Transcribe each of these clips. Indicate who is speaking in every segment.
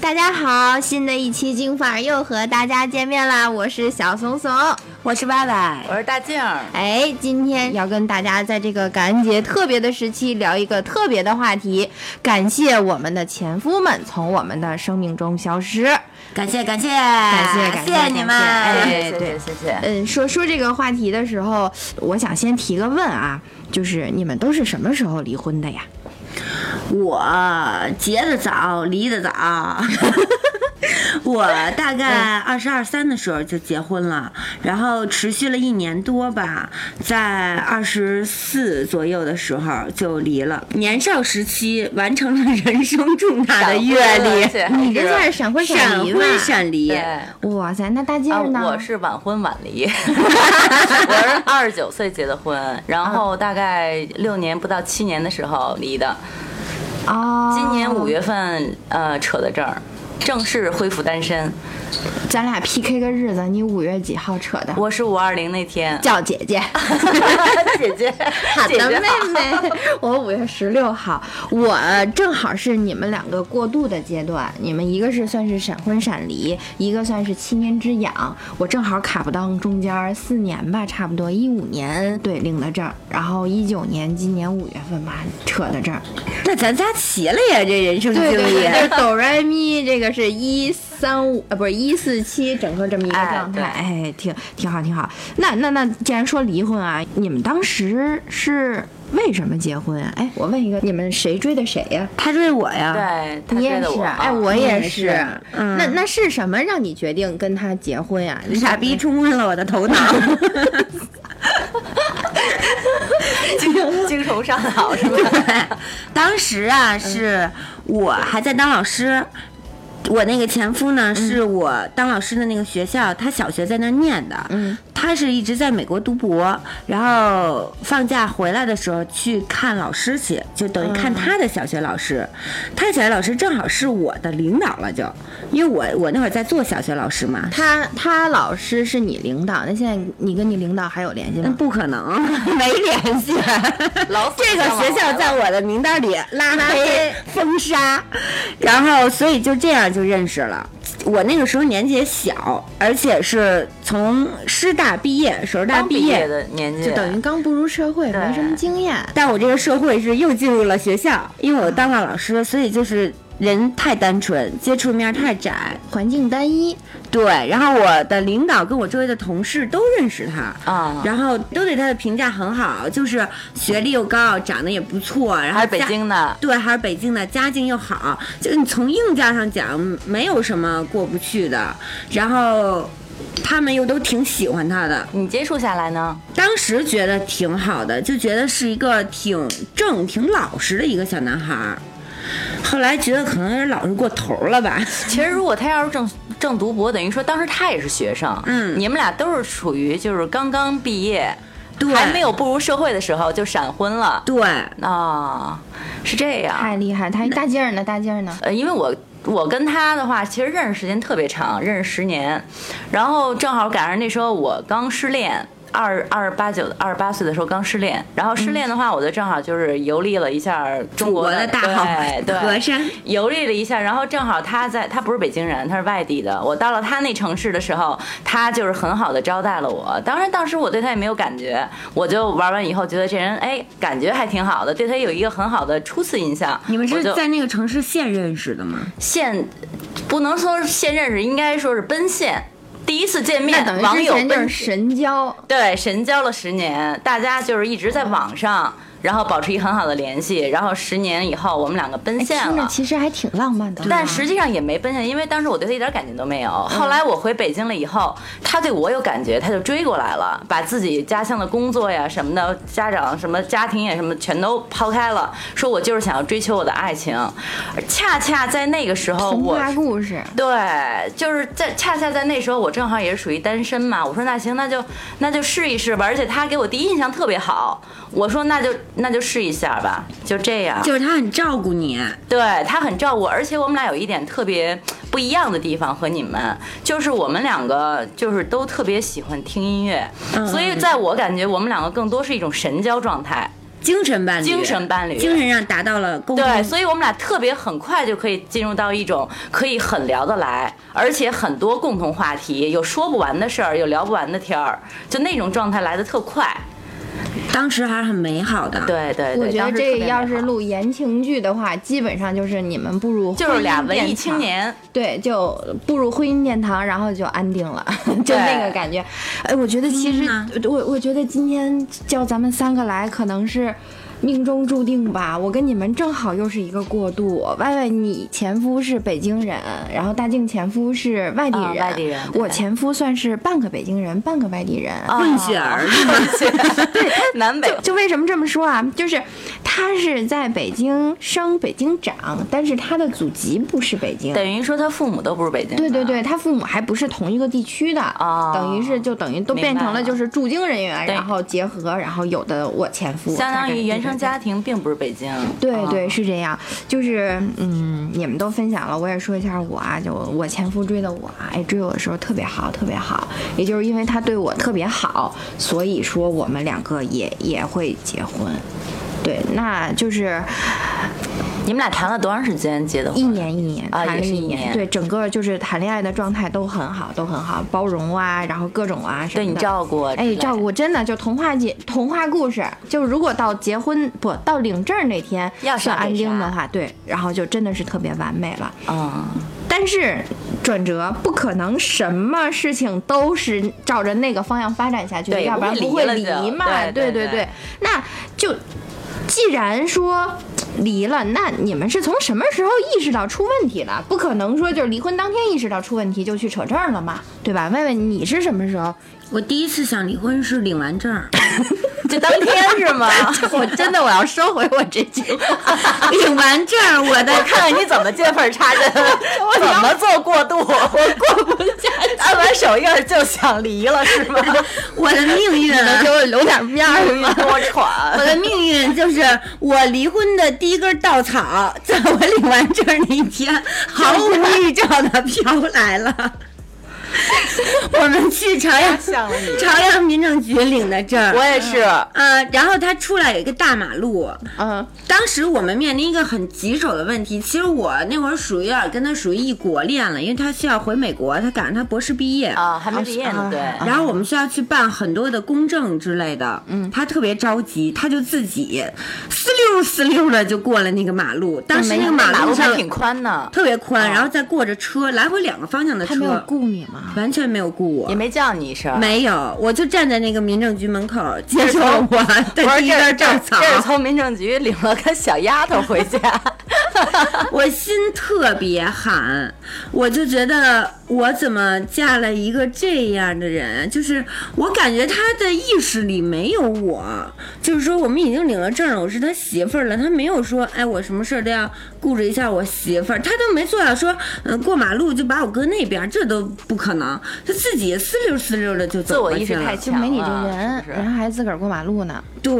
Speaker 1: 大家好，新的一期金范儿又和大家见面啦！我是小怂怂，
Speaker 2: 我是歪歪，
Speaker 3: 我是大静儿。
Speaker 1: 哎，今天要跟大家在这个感恩节特别的时期聊一个特别的话题，感谢我们的前夫们从我们的生命中消失。
Speaker 2: 感谢感谢
Speaker 1: 感谢感
Speaker 2: 谢谢你们，
Speaker 1: 哎，
Speaker 3: 谢
Speaker 1: 对
Speaker 3: 谢谢谢。
Speaker 1: 嗯，说说这个话题的时候，我想先提个问啊，就是你们都是什么时候离婚的呀？
Speaker 2: 我结的早， 离的早。我大概二十二三的时候就结婚了，然后持续了一年多吧，在二十四左右的时候就离了。年少时期完成了人生重大的阅历，
Speaker 3: 谢谢
Speaker 1: 你这算是闪婚
Speaker 2: 闪
Speaker 1: 离吧？
Speaker 2: 婚闪离。
Speaker 3: 对
Speaker 1: 哇塞，那大静
Speaker 3: 啊，
Speaker 1: 呢？
Speaker 3: 我是晚婚晚 离，我是二十九岁结的婚，然后
Speaker 1: 嗯
Speaker 3: 大概六年不到七年的时候离的。
Speaker 1: 哦，
Speaker 3: 今年五月份呃扯的证儿，正式恢复单身。
Speaker 1: 咱俩 PK 个日子，你五月几号扯的？
Speaker 3: 我是五二零 那天，
Speaker 1: 叫姐姐，
Speaker 3: 姐姐，
Speaker 1: 好
Speaker 3: 姐
Speaker 1: 的
Speaker 3: 姐
Speaker 1: 妹妹， 我五月十六号，我正好是你们两个过渡的阶段，你们一个是算是闪婚闪离，一个算是七年之痒，我正好卡不当中间儿四年吧，差不多一五年对领的证，然后一九年今年五月份吧扯的证，
Speaker 2: 那咱家齐了呀，这人生经历。
Speaker 1: 对对 对，就是哆来咪，这个是一三五啊，不是一四七，整个这么一个
Speaker 3: 哎
Speaker 1: 状态，哎，挺挺好，挺好。那那那，既然说离婚啊，你们当时是为什么结婚啊？哎，我问一个，你们谁追的谁呀、
Speaker 2: 他追我呀。
Speaker 3: 对，他
Speaker 1: 你
Speaker 3: 追
Speaker 1: 也
Speaker 3: 的
Speaker 1: 是
Speaker 3: 我
Speaker 1: 啊
Speaker 3: 嘛，，
Speaker 1: 哎，我
Speaker 2: 也
Speaker 1: 是。
Speaker 2: 是嗯
Speaker 1: 那那是什么让你决定跟他结婚呀、你
Speaker 2: 傻逼冲昏了我的头脑，
Speaker 3: 精啊精虫上脑是吧？
Speaker 2: 当时啊，是我还在当老师，我那个前夫呢，是我当老师的那个学校，他小学在那儿念的，
Speaker 1: 嗯，
Speaker 2: 他是一直在美国读博，然后放假回来的时候去看老师去，就等于看他的小学老师，他的小学老师正好是我的领导了就，因为我我那会儿在做小学老师嘛，
Speaker 1: 他他老师是你领导，那现在你跟你领导还有联系
Speaker 2: 那
Speaker 1: 吗？
Speaker 3: 嗯
Speaker 2: 不可能， 没联系。
Speaker 3: 老死
Speaker 2: 这个学校在我的名单里拉黑、封杀，然后所以就这样就认识了。我那个时候年纪也小，而且是从师大毕业，首师大
Speaker 3: 刚毕
Speaker 2: 业，
Speaker 3: 的年纪，
Speaker 1: 就等于刚步入社会，
Speaker 3: 对
Speaker 1: 没什么经验。
Speaker 2: 但我这个社会是又进入了学校，因为我当了老师，所以就是人太单纯，接触面太窄。
Speaker 1: 环境单一，
Speaker 2: 对，然后我的领导跟我周围的同事都认识他，
Speaker 3: 啊，
Speaker 2: 然后都对他的评价很好，就是学历又高，长得也不错，然后
Speaker 3: 还是北
Speaker 2: 家
Speaker 3: 京的，
Speaker 2: 对，还是北京的，家境又好，就你从硬件上讲没有什么过不去的。然后他们又都挺喜欢他的，
Speaker 3: 你接触下来呢？
Speaker 2: 当时觉得挺好的，就觉得是一个挺正、挺老实的一个小男孩儿。后来觉得可能有点老实过头了 吧，
Speaker 3: 其实如果他要是正正读博，等于说当时他也是学生，
Speaker 2: 嗯
Speaker 3: 你们俩都是属于就是刚刚毕业，
Speaker 2: 对，
Speaker 3: 还没有步入社会的时候就闪婚了。
Speaker 2: 对，
Speaker 3: 啊，是这样。
Speaker 1: 太厉害！他大劲儿呢，大劲儿呢？
Speaker 3: 呃，因为我我跟他的话，其实认识时间特别长，认识十年，然后正好赶上那时候我刚失恋。二二八九二十八岁的时候刚失恋，然后失恋的话，我就正好就是游历了一下中国
Speaker 2: 我
Speaker 3: 的
Speaker 2: 的大好
Speaker 3: 对对
Speaker 2: 河山，
Speaker 3: 游历了一下，然后正好他在，他不是北京人，他是外地的。我到了他那城市的时候，他就是很好的招待了我。当然，当时我对他也没有感觉，我就玩完以后觉得这人哎，感觉还挺好的，对他有一个很好的初次印象。
Speaker 2: 你们
Speaker 3: 我
Speaker 2: 是
Speaker 3: 就
Speaker 2: 在那个城市县认识的吗？
Speaker 3: 现不能说是现认识，应该说是奔现。第一次见
Speaker 1: 那
Speaker 3: 面
Speaker 1: 等，
Speaker 3: 网
Speaker 1: 于哎之
Speaker 3: 友
Speaker 1: 前就
Speaker 3: 奔
Speaker 1: 是神交，
Speaker 3: 对神交了十年，大家就是一直在网上，然后保持一个很好的联系，然后十年以后我们两个奔现
Speaker 1: 哎听着
Speaker 3: 了。
Speaker 1: 其实还挺浪漫的。啊
Speaker 3: 但实际上也没奔现，因为当时我对他一点感觉都没有。后来我回北京了以后，他对我有感觉，他就追过来了，把自己家乡的工作呀什么的，家长什么家庭也什么全都抛开了，说我就是想要追求我的爱情。而恰恰在那个时候，
Speaker 1: 童
Speaker 3: 我
Speaker 1: 话故事，
Speaker 3: 对，就是在恰恰在那时候，我正好也是属于单身嘛。我说那行，那就那就试一试吧。而且他给我第一印象特别好，我说那就那就试一下吧，就这样。
Speaker 2: 就是他很照顾你，
Speaker 3: 对他很照顾我，而且我们俩有一点特别不一样的地方和你们，就是我们两个就是都
Speaker 1: 嗯
Speaker 3: 特别喜欢听音乐，所以在我感觉我们两个更多是一种神交状态。
Speaker 2: 精神伴侣，
Speaker 3: 精神伴侣
Speaker 2: 精神上达到了沟通。
Speaker 3: 对，所以我们俩特别很快就可以进入到一种可以很聊得来，而且很多共同话题，有说不完的事儿，有聊不完的天儿，就那种状态来的特快。
Speaker 2: 当时还是很美好的。
Speaker 3: 对对对，
Speaker 1: 我觉
Speaker 3: 当
Speaker 1: 得
Speaker 3: 时特
Speaker 1: 这
Speaker 3: 别
Speaker 1: 要
Speaker 3: 美
Speaker 1: 是
Speaker 3: 好
Speaker 1: 录言情剧的话，基本上就是你们步入
Speaker 3: 就是俩
Speaker 1: 婚姻
Speaker 3: 文艺
Speaker 1: 殿
Speaker 3: 青
Speaker 1: 堂，
Speaker 3: 年，
Speaker 1: 对，就步入婚姻殿堂，然后就安定了， 就那个感觉。哎，我觉得其实
Speaker 2: 嗯
Speaker 1: 我我觉得今天叫咱们三个来，可能是。命中注定吧，我跟你们正好又是一个过渡。歪歪，你前夫是北京人，然后大靖前夫是外地
Speaker 3: 啊
Speaker 1: 人，
Speaker 3: 外地人对
Speaker 1: 我前夫算是半个北京人，半个外地人。啊
Speaker 2: 混
Speaker 3: 哦
Speaker 2: 血儿是吗
Speaker 3: 吗？对，南北
Speaker 1: 就就为什么这么说啊？就是他是在北京生、北京长，但是他的祖籍不是北京。
Speaker 3: 等于说他父母都不是北京的。
Speaker 1: 对对对，他父母还不是同一个地区的，
Speaker 3: 嗯哦
Speaker 1: 等于是就等于都
Speaker 3: 明白
Speaker 1: 变成
Speaker 3: 了
Speaker 1: 了就是驻京人员，
Speaker 3: 对
Speaker 1: 然后结合，然后有的我前夫，
Speaker 3: 相
Speaker 1: 大
Speaker 3: 当
Speaker 1: 概
Speaker 3: 于
Speaker 1: 是
Speaker 3: 原
Speaker 1: 这
Speaker 3: 生
Speaker 1: 个
Speaker 3: 家庭并不是北京。
Speaker 1: 对
Speaker 3: 嗯
Speaker 1: 对，是这样，就是嗯，你们都分享了，我也说一下我啊，就我前夫追的我啊，哎，追我的时候特别好，特别好，也就是因为他对我特别好，所以说我们两个也也会结婚。对，那就是
Speaker 3: 你们俩谈了多长时间结的
Speaker 1: 一
Speaker 3: 婚？
Speaker 1: 年一年
Speaker 3: 啊
Speaker 1: 谈
Speaker 3: 也
Speaker 1: 了
Speaker 3: 是
Speaker 1: 一
Speaker 3: 一年
Speaker 1: 对，整个就是谈恋爱的状态都很好，都很好，包容啊，然后各种啊什么的。
Speaker 3: 对你照顾，
Speaker 1: 哎，照
Speaker 3: 来
Speaker 1: 顾真的就童话节童话故事，就如果到结婚不到领证那天
Speaker 3: 要啥
Speaker 1: 算安
Speaker 3: 给
Speaker 1: 定的
Speaker 3: 啥
Speaker 1: 话，对，然后就真的是特别完美了。
Speaker 3: 嗯，
Speaker 1: 但是转折不可能什么事情都是照着那个方向发展下去的，
Speaker 3: 对
Speaker 1: 要不然不
Speaker 3: 不会
Speaker 1: 会
Speaker 3: 离了
Speaker 1: 离
Speaker 3: 就
Speaker 1: 嘛。
Speaker 3: 对
Speaker 1: 对
Speaker 3: 对对对
Speaker 1: 那就既然说。离了，那你们是从什么时候意识到出问题了？不可能说就是离婚当天意识到出问题就去扯证了嘛，对吧？问问你是什么时候
Speaker 2: 我第一次想离婚是领完证儿，
Speaker 3: 就当天是吗？
Speaker 1: 我真的我要收回我这句，
Speaker 2: 领完证儿我的
Speaker 3: 我 看看你怎么见缝插 针，怎么做过渡，我过不下去。按完手印儿就想离了是 吗？
Speaker 2: 我的命运啊，
Speaker 1: 我留点面
Speaker 3: 命运多舛
Speaker 2: 我。的命运就是我离婚的第一根稻草，在我领完证那一天，毫无预兆的飘来了。 我们去朝阳
Speaker 3: 像了你
Speaker 2: 朝阳民政局领的证儿，
Speaker 3: 我也是，
Speaker 2: 呃，然后他出来有一个大马路，
Speaker 1: 嗯，
Speaker 2: 当时我们面临一个很棘手的问题。其实我那会儿属于有点跟他属于异国恋了，因为他需要回美国，他赶上他博士毕业
Speaker 3: 啊，还没毕业
Speaker 1: 嗯
Speaker 3: 呢，对，
Speaker 2: 然后我们需要去办很多的公证之类的，嗯，他特别着急，他就自己呲溜呲溜的就过了那个马路，当时那个
Speaker 3: 马
Speaker 2: 路
Speaker 3: 路
Speaker 1: 嗯
Speaker 3: 还
Speaker 2: 上
Speaker 3: 挺宽呢，
Speaker 2: 特别宽，然后再过着车，来回两个方向的
Speaker 1: 他没有
Speaker 2: 车，
Speaker 1: 雇你吗？
Speaker 2: 完全没有顾
Speaker 3: 也
Speaker 2: 我。
Speaker 3: 没叫你一声。
Speaker 2: 没有，我就站在那个民政局门口接受了我
Speaker 3: 不
Speaker 2: 的
Speaker 3: 是
Speaker 2: 第一
Speaker 3: 这是
Speaker 2: 根
Speaker 3: 这
Speaker 2: 稻
Speaker 3: 是
Speaker 2: 草，
Speaker 3: 这是从民政局领了个小丫头回家，
Speaker 2: 我心特别寒，我就觉得我怎么嫁了一个这样的人？就是我感觉他的意识里没有我，就是说我们已经领了证了，我是他媳妇儿了，他没有说哎我什么事儿都要顾着一下我媳妇儿，他都没做到说嗯、呃过马路就把我搁那边儿，这都不可能，他自己呲溜呲溜的就
Speaker 3: 自
Speaker 2: 走
Speaker 3: 我
Speaker 2: 过
Speaker 3: 意
Speaker 2: 去
Speaker 3: 识
Speaker 2: 了
Speaker 3: 太。
Speaker 1: 就
Speaker 3: 强了，
Speaker 1: 没你这人
Speaker 3: 是，不是
Speaker 1: 人还自个儿过马路 呢，
Speaker 2: 对，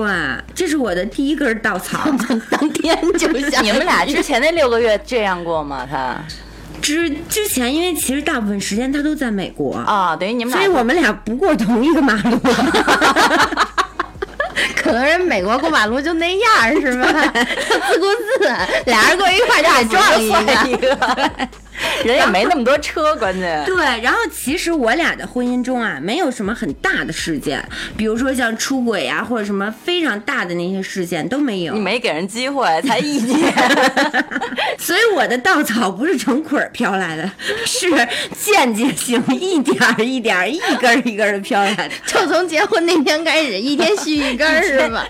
Speaker 2: 这是我的第一根稻草。
Speaker 1: 当天就想
Speaker 3: 你们俩之前那六个月这样过吗？他
Speaker 2: 之之前因为其实大部分时间他都在美国啊
Speaker 3: 啊，等于你们
Speaker 2: 所
Speaker 3: 俩
Speaker 2: 以我们俩不过同一个马路。
Speaker 1: 可能人美国过马路就那样儿是吧？ 自顾自，俩人过一块儿就得撞一
Speaker 3: 算
Speaker 1: 个。
Speaker 3: 一个， 人也没那么多车，关键
Speaker 2: 对，然后其实我俩的婚姻中啊，没有什么很大的事件，比如说像出轨啊，或者什么非常大的那些事件都没有
Speaker 3: 你。没给人机会，才一年，
Speaker 2: 所以我的稻草不是成捆儿飘来的，是间接性，一点儿一点儿、一根儿一根儿的飘来的。
Speaker 1: 就从结婚那天开始，一天续一根儿是吧？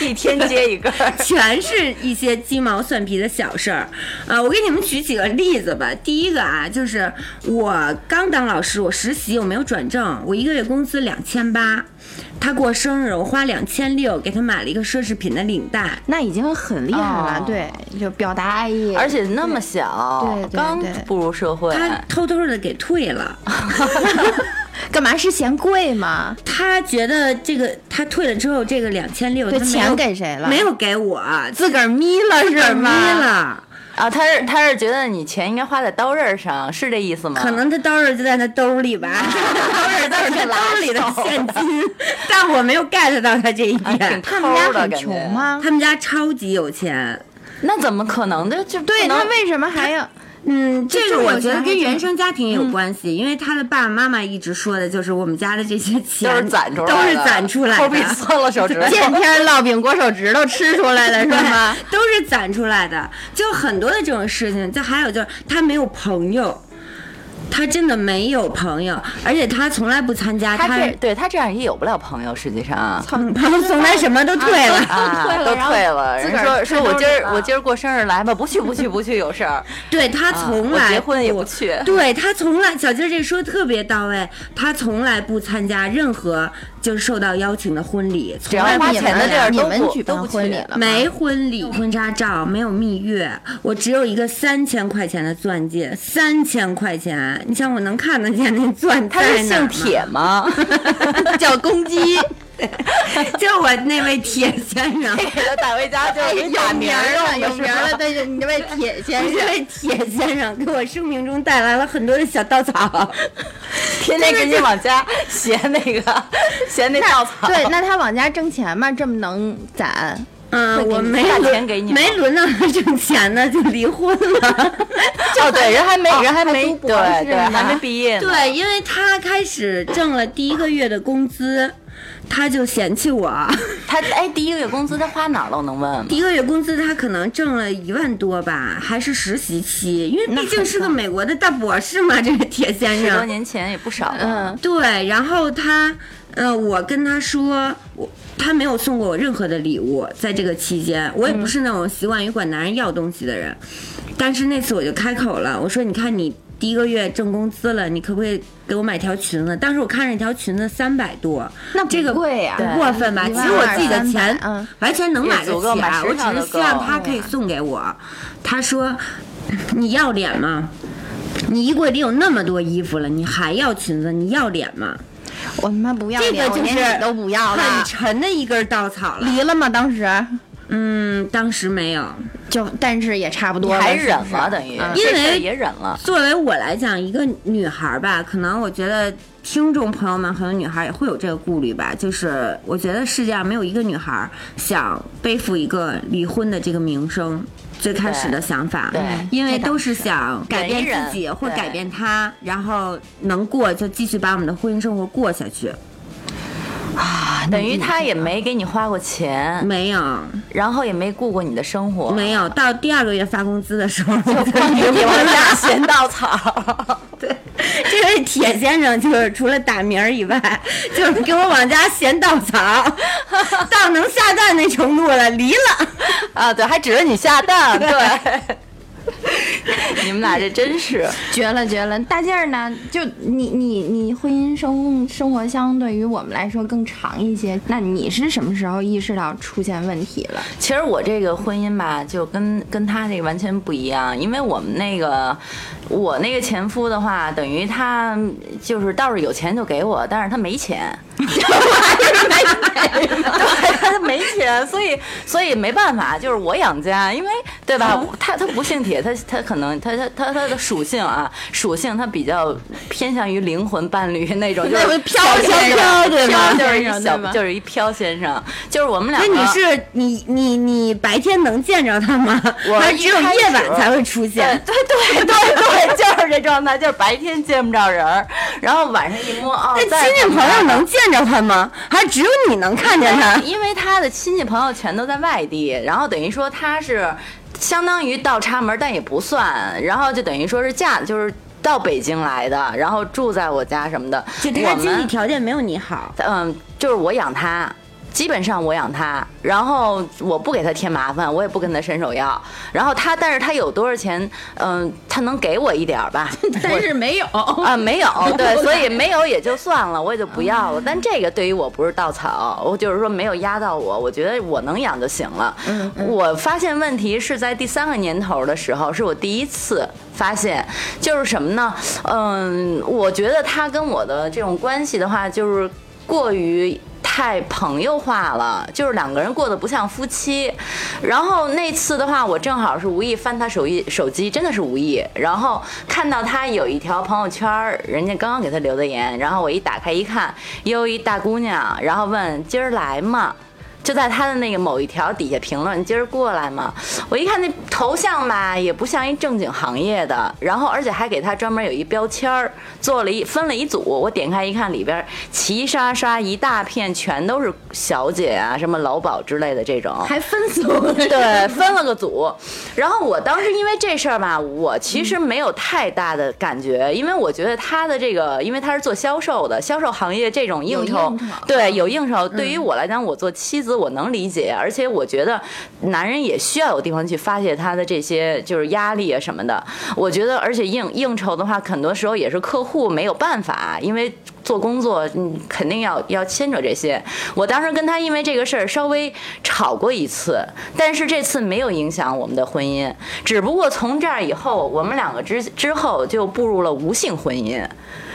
Speaker 3: 一天接一个。
Speaker 2: 全是一些鸡毛蒜皮的小事儿，呃，我给你们举几个例子吧。第一个啊，就是我刚当老师，我实习，我没有转正，我一个月工资两千八，他过生日，我花两千六给他买了一个奢侈品的领带，
Speaker 1: 那 已经很厉害了
Speaker 3: 哦，
Speaker 1: 对，就表达爱意，
Speaker 3: 而且那么小
Speaker 1: 对对，对
Speaker 3: 刚步入社会，
Speaker 2: 他偷偷的给退了。
Speaker 1: 干嘛是嫌贵吗？
Speaker 2: 他觉得这个他退了之后，这个两千六
Speaker 1: 对，钱给谁了？
Speaker 2: 没有给我，
Speaker 1: 自个儿眯了
Speaker 2: 自个
Speaker 1: 是
Speaker 2: 儿眯
Speaker 1: 吗？
Speaker 2: 了。
Speaker 3: 啊，他是他是觉得你钱应该花在刀刃上，是这意思吗？
Speaker 2: 可能他刀刃就在他兜里吧，刀
Speaker 3: 啊
Speaker 2: 刃都是他 兜里的现金，但我没有 get 到他这一
Speaker 3: 啊挺
Speaker 2: 点。
Speaker 1: 他们家
Speaker 3: 抠的
Speaker 1: 很
Speaker 3: 感觉
Speaker 1: 穷？吗？
Speaker 2: 他们家超级有钱，
Speaker 3: 那怎么可能？这就
Speaker 1: 对
Speaker 3: 那
Speaker 1: 他为什么还要？嗯，
Speaker 2: 这个我觉得跟原
Speaker 1: 生
Speaker 2: 生家庭也有
Speaker 3: 嗯
Speaker 2: 关系，因为他的爸爸妈妈一直说的就是我们家的这些钱
Speaker 3: 都是攒出来的，
Speaker 2: 都是攒出来
Speaker 3: 抠鼻
Speaker 2: 的。
Speaker 3: 搓了 手指头，
Speaker 1: 见天烙饼裹手指头吃出来了是 吗？
Speaker 2: 对，都是攒出来的，就很多的这种事情。再还有就是他没有朋友，他真的没有朋友，而且他从来不参加，
Speaker 3: 他
Speaker 2: 他
Speaker 3: 这对他这样也有不了朋友，实 际上。
Speaker 2: 嗯他从来什么都退了。
Speaker 3: 啊，都
Speaker 1: 都退了然后
Speaker 3: 退了。
Speaker 1: 自
Speaker 3: 人
Speaker 1: 个儿
Speaker 3: 说说
Speaker 1: 揣
Speaker 3: 我
Speaker 1: 兜
Speaker 3: 今
Speaker 1: 里
Speaker 3: 儿
Speaker 1: 了
Speaker 3: 我今儿过生日来吧，不去不去不去，有 事儿。
Speaker 2: 对他
Speaker 3: 啊
Speaker 2: 从
Speaker 3: 我
Speaker 2: 来、
Speaker 3: 结婚也不去
Speaker 2: 对他从来，小鸡儿这说得特别到位，他从来不参加任何就是受到邀请的婚礼，
Speaker 3: 只
Speaker 2: 从
Speaker 3: 要
Speaker 2: 来
Speaker 3: 花啊
Speaker 1: 你
Speaker 3: 钱的
Speaker 1: 们
Speaker 3: 地儿
Speaker 1: 你
Speaker 3: 都
Speaker 1: 们
Speaker 3: 不
Speaker 1: 举
Speaker 3: 都
Speaker 1: 办
Speaker 3: 不去
Speaker 1: 婚礼了吗
Speaker 2: 没婚礼、婚纱照，没有蜜月，我只有一个三千块钱的钻戒，三千块钱，你想我能看得见那钻
Speaker 3: 他
Speaker 2: 在
Speaker 3: 是
Speaker 2: 哪儿
Speaker 3: 姓
Speaker 2: 吗？
Speaker 3: 铁吗？
Speaker 1: 叫公鸡，
Speaker 2: 就我那位铁先生。
Speaker 3: 打回家就是给打名儿
Speaker 1: 了，有
Speaker 3: 用的是
Speaker 1: 名儿
Speaker 3: 吧
Speaker 1: 了，但是你这位铁先
Speaker 2: 这
Speaker 1: 生。
Speaker 2: 位铁先生给我生命中带来了很多的小稻草，
Speaker 3: 天天给你往家衔那个衔那稻 草。
Speaker 1: 对，那他往家挣钱嘛，这么能攒，
Speaker 2: 嗯，我
Speaker 3: 会给你
Speaker 2: 没
Speaker 3: 打
Speaker 2: 轮
Speaker 3: 钱给你吗
Speaker 2: 没轮到他挣钱呢，就离婚 了。
Speaker 3: 哦，对，人还没，人还
Speaker 1: 还
Speaker 3: 没，
Speaker 1: 读博
Speaker 3: 对
Speaker 1: 士
Speaker 3: 对，
Speaker 1: 呢
Speaker 3: 还没毕业呢。
Speaker 2: 对，因为他开始挣了第一个月的工资，他就嫌弃我。
Speaker 3: 他哎，第一个月工资他花哪儿了？我能问吗？
Speaker 2: 第一个月工资他可能挣了一万多吧，还是实习期，因为毕竟是个美国的大博士嘛，这个铁先
Speaker 3: 十多
Speaker 2: 生。
Speaker 3: 年前也不少了。
Speaker 1: 啊嗯，
Speaker 2: 对，然后他，呃，我跟他说，我他没有送过我任何的礼物，在这个期间，我也不是那种习惯于管男人要东西的人，但是那次我就开口了，我说，你看你第一个月挣工资了，你可不可以给我买条裙子？当时我看着一条裙子三百多，
Speaker 1: 那
Speaker 2: 这个
Speaker 1: 贵呀，
Speaker 2: 不过分吧？
Speaker 1: 对
Speaker 2: 其实我自己的
Speaker 1: 12,300
Speaker 2: 钱
Speaker 1: 嗯
Speaker 2: 完全能买得
Speaker 3: 也足够
Speaker 2: 起
Speaker 3: 买
Speaker 2: 啊，
Speaker 3: 十
Speaker 2: 我
Speaker 3: 套
Speaker 2: 只
Speaker 3: 都
Speaker 2: 是希望
Speaker 3: 够
Speaker 2: 他可以送给我。他说：“你要脸吗？你衣柜里有那么多衣服了，你还要裙子？你要脸吗
Speaker 1: 我他妈不要脸，
Speaker 2: 这个就是
Speaker 1: 我连你都不？”要
Speaker 2: 很
Speaker 1: 了，
Speaker 2: 沉的一根稻草了。
Speaker 1: 离了吗？当时
Speaker 2: 嗯，当时没有。
Speaker 1: 就，但是也差不
Speaker 3: 你
Speaker 1: 多了，
Speaker 3: 还
Speaker 1: 是
Speaker 3: 忍
Speaker 1: 不是
Speaker 3: 了，等于
Speaker 1: 嗯
Speaker 3: 这
Speaker 2: 因
Speaker 3: 事儿
Speaker 2: 为
Speaker 3: 也忍了。
Speaker 2: 作为我来讲，一个女孩儿吧，可能我觉得听众朋友们很多女孩儿也会有这个顾虑吧，就是我觉得世界上没有一个女孩儿想背负一个离婚的这个名声。最开始的想法，
Speaker 3: 对
Speaker 2: 因为都是想改变
Speaker 3: 忍一
Speaker 2: 自己
Speaker 3: 忍
Speaker 2: 或
Speaker 3: 对
Speaker 2: 改变他，然后能过就继续把我们的婚姻生活过下去。
Speaker 3: 等于他也没给你花过
Speaker 1: 嗯
Speaker 3: 钱，
Speaker 2: 没有，
Speaker 3: 然后也没顾过你的生活，
Speaker 2: 没有，到第二个月发工资的 时候，我才
Speaker 3: 光给
Speaker 2: 离
Speaker 3: 你往
Speaker 2: 婚了
Speaker 3: 家衔稻草。
Speaker 2: 这位铁先生就是除了打鸣儿以外，就是给我往家衔稻草，到能下蛋那程度了，离了。
Speaker 3: 啊，对，还指着你下蛋，对。 你们俩这真是，
Speaker 1: 绝了绝了！大件儿呢？就你你你婚姻生生活相对于我们来说更长一些，那你是什么时候意识到出现问题了？
Speaker 3: 其实我这个婚姻吧，就跟跟他这个完全不一样，因为我们那个我那个前夫的话，等于他就是倒是有钱就给我，但是他没钱，对，他没钱，所以所以没办法，就是我养家，因为对吧？他他不姓铁，他他可能他他他他的属性啊，属性他比较偏向于灵魂伴侣那种，就
Speaker 1: 那不
Speaker 3: 是
Speaker 1: 飘
Speaker 3: 小
Speaker 1: 先
Speaker 3: 先
Speaker 1: 生
Speaker 3: 生
Speaker 1: 对吧
Speaker 3: 就是
Speaker 1: 飘先
Speaker 3: 一
Speaker 1: 生
Speaker 3: 小
Speaker 1: 对吧
Speaker 3: 就是一飘先生，就是我们俩。
Speaker 2: 那你是你你你白天能见着他吗？
Speaker 3: 我
Speaker 2: 还是只有
Speaker 3: 一开始嗯
Speaker 2: 夜晚才会出
Speaker 3: 对
Speaker 2: 现？
Speaker 3: 呃对 对对对，就是这状态，就是白天见不着人儿，然后晚上一摸哦，
Speaker 2: 那
Speaker 3: 在
Speaker 2: 亲戚
Speaker 3: 哪
Speaker 2: 朋
Speaker 3: 儿
Speaker 2: 友能见着他吗？还只有你能看见他？
Speaker 3: 因为他的亲戚朋友全都在外地，然后等于说他是相当于倒插门，但也不算，然后就等于说是嫁就是到北京来的，然后住在我家什么的。
Speaker 2: 就他
Speaker 3: 我
Speaker 2: 经济
Speaker 3: 们
Speaker 2: 条件没有你好，
Speaker 3: 嗯，就是我养他。基本上我养他，然后我不给他添麻烦，我也不跟他伸手要。然后他，但是他有多少钱，嗯、他能给我一点儿 吧？
Speaker 1: 但是没 有，
Speaker 3: 啊，没有，对，所以没有也就算了，我也就不要了。但这个对于我不是稻草，我就是说没有压到我，我觉得我能养就行了。我发现问题是在第三个年头的时候，是我第一次发现，就是什么呢？嗯，我觉得他跟我的这种关系的话，就是过于。太朋友化了，就是两个人过得不像夫妻。然后那次的话，我正好是无意翻他手机，手机真的是无意，然后看到他有一条朋友圈儿，人家刚刚给他留的言，然后我一打开一看，又一大姑娘，然后问今儿来吗？就在他的那个某一条底下评论，今儿过来嘛。我一看那头像吧，也不像一正经行业的，然后而且还给他专门有一标签儿，做了一分了一组。我点开一看，里边齐刷刷一大片，全都是小姐啊，什么劳保之类的这种。
Speaker 1: 还分组 了，
Speaker 3: 对，分了个组。然后我当时因为这事儿吧，我其实没有太大的感觉，因为我觉得他的这个，因为他是做销售的，销售行业这种应
Speaker 1: 有
Speaker 3: 酬
Speaker 1: 应酬，嗯
Speaker 3: 对，有应酬。对于我来讲，我做妻子我能理解，而且我觉得男人也需要有地方去发泄他的这些就是压力啊什么的。我觉得，而且应应酬的话，很多时候也是客户没有办法，啊因为做工作，嗯，肯定要要牵扯这些。我当时跟他因为这个事儿稍微吵过一次，但是这次没有影响我们的婚姻，只不过从这儿以后，我们两个之之后就步入了无性婚姻，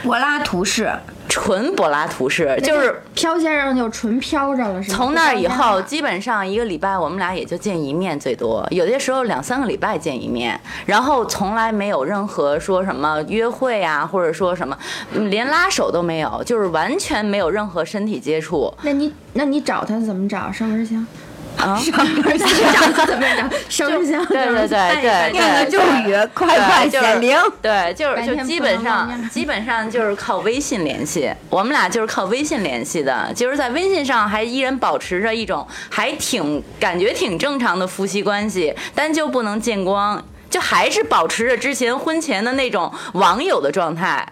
Speaker 2: 柏拉图 式，
Speaker 3: 纯柏拉图式，就是
Speaker 1: 飘先生就纯飘着了，是吗
Speaker 3: 嗯从那以后，
Speaker 1: 不飘
Speaker 3: 基本上一个礼拜我们俩也就见一面，最多有些时候两三个礼拜见一面，然后从来没有任何说什么约会啊，或者说什么，嗯连拉手都没有，就是完全没有任何身体接触。
Speaker 1: 那你那你找他怎么找？烧根香
Speaker 3: 啊
Speaker 1: 烧根香找他怎么找？ 烧根香，
Speaker 3: 对对对对
Speaker 2: 念个
Speaker 3: 对，
Speaker 2: 咒语，快快显灵。
Speaker 3: 对，就是
Speaker 1: 白
Speaker 3: 就
Speaker 1: 天
Speaker 3: 基
Speaker 1: 不
Speaker 3: 本
Speaker 1: 能
Speaker 3: 上
Speaker 1: 忘呀
Speaker 3: 基本上就是靠微信联系，我们俩就是靠微信联系的，就是在微信上还依然保持着一种还挺感觉挺正常的夫妻关系，但就不能见光，就还是保持着之前婚前的那种网友的状态，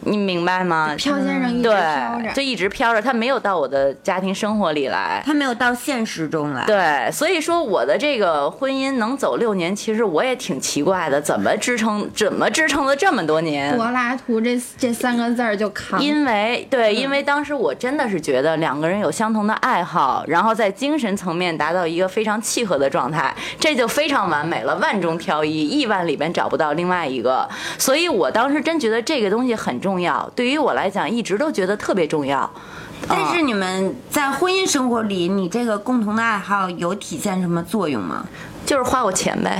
Speaker 3: 你明白吗？
Speaker 1: 飘先生一直飘
Speaker 3: 对，
Speaker 1: 着
Speaker 3: 就。一直飘着，他没有到我的家庭生活里来。
Speaker 2: 他没有到现实中来，
Speaker 3: 对，所以说我的这个婚姻能走六年，其实我也挺奇怪的，怎么支撑，怎么支撑了这么多年？
Speaker 2: 啊
Speaker 1: 柏拉图这这三个字儿就扛，
Speaker 3: 因为
Speaker 2: 嗯
Speaker 3: 对，因为当时我真的是觉得两个人有相同的爱好，然后在精神层面达到一个非常契合的状态，这就非常完美了，万中挑一，亿万里边找不到另外一个。所以我当时真觉得这个东西很重要，对于我来讲，一直都觉得特别重要。
Speaker 2: 但是你们在婚姻生活里，你这个共同的爱好有体现什么作用吗？
Speaker 3: 就是花我钱 呗。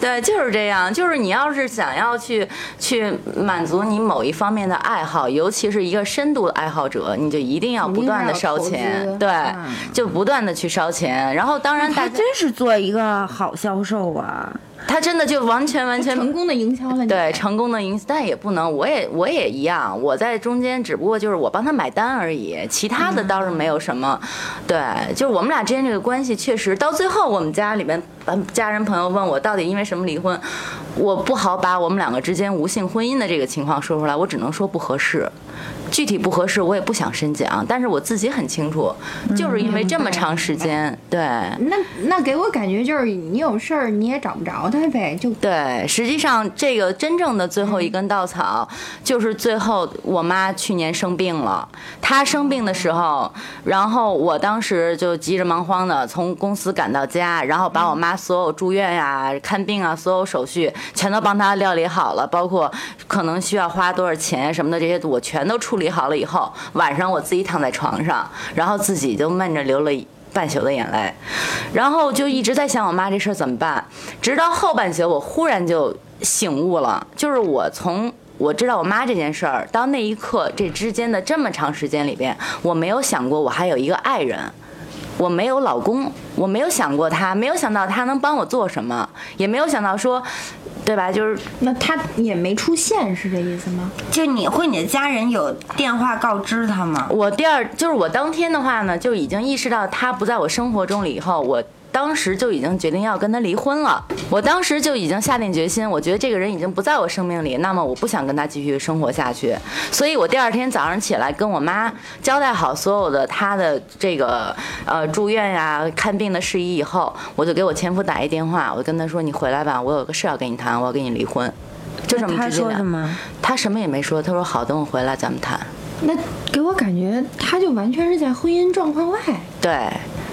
Speaker 3: 对，就是这样。就是你要是想要去去满足你某一方面的爱好，尤其是一个深度的爱好者，你就一定要不断的烧
Speaker 1: 一定要投
Speaker 3: 钱，
Speaker 1: 资
Speaker 3: 对
Speaker 1: 嗯，
Speaker 3: 就不断的去烧钱。然后，当然大
Speaker 2: 还
Speaker 3: 家
Speaker 2: 真是做一个好销售啊！
Speaker 3: 他真的就完全完全
Speaker 1: 成功的营销了你。
Speaker 3: 对，成功的影响，但也不能，我也我也一样，我在中间只不过就是我帮他买单而已，其他的倒是没有什么。对，就是我们俩之间这个关系确实到最后，我们家里面嗯家人朋友问我到底因为什么离婚，我不好把我们两个之间无性婚姻的这个情况说出来，我只能说不合适。具体不合适，我也不想深讲，但是我自己很清楚，就是因为这么长时间，对，
Speaker 1: 那那给我感觉就是你有事儿你也找不着他呗，就
Speaker 3: 对，实际上这个真正的最后一根稻草，就是最后我妈去年生病了。她生病的时候，然后我当时就急着忙慌的从公司赶到家，然后把我妈所有住院呀、看病啊、所有手续全都帮她料理好了，包括可能需要花多少钱什么的这些，我全都处理好了以后，晚上我自己躺在床上，然后自己就闷着流了一。半宿的眼泪，然后就一直在想我妈这事儿怎么办，直到后半宿，我忽然就醒悟了，就是我从我知道我妈这件事儿到那一刻，这之间的这么长时间里边，我没有想过我还有一个爱人。我没有老公，我没有想过他，没有想到他能帮我做什么，也没有想到说，对吧？就是
Speaker 1: 那他也没出现是这意思吗？
Speaker 2: 就你会你的家人有电话告知他吗？
Speaker 3: 我第二就是我当天的话呢，就已经意识到他不在我生活中了以后，我。当时就已经决定要跟他离婚了，我当时就已经下定决心，我觉得这个人已经不在我生命里，那么我不想跟他继续生活下去，所以我第二天早上起来跟我妈交代好所有的他的这个呃住院呀、看病的事宜以后，我就给我前夫打一电话，我跟他说你回来吧，我有个事要跟你谈，我要跟你离婚，就这么
Speaker 2: 他
Speaker 3: 直接
Speaker 2: 说
Speaker 3: 的。
Speaker 2: 什么？
Speaker 3: 他什么也没说，他说好，等我回来咱们谈。
Speaker 1: 那给我感觉他就完全是在婚姻状况外。
Speaker 3: 对，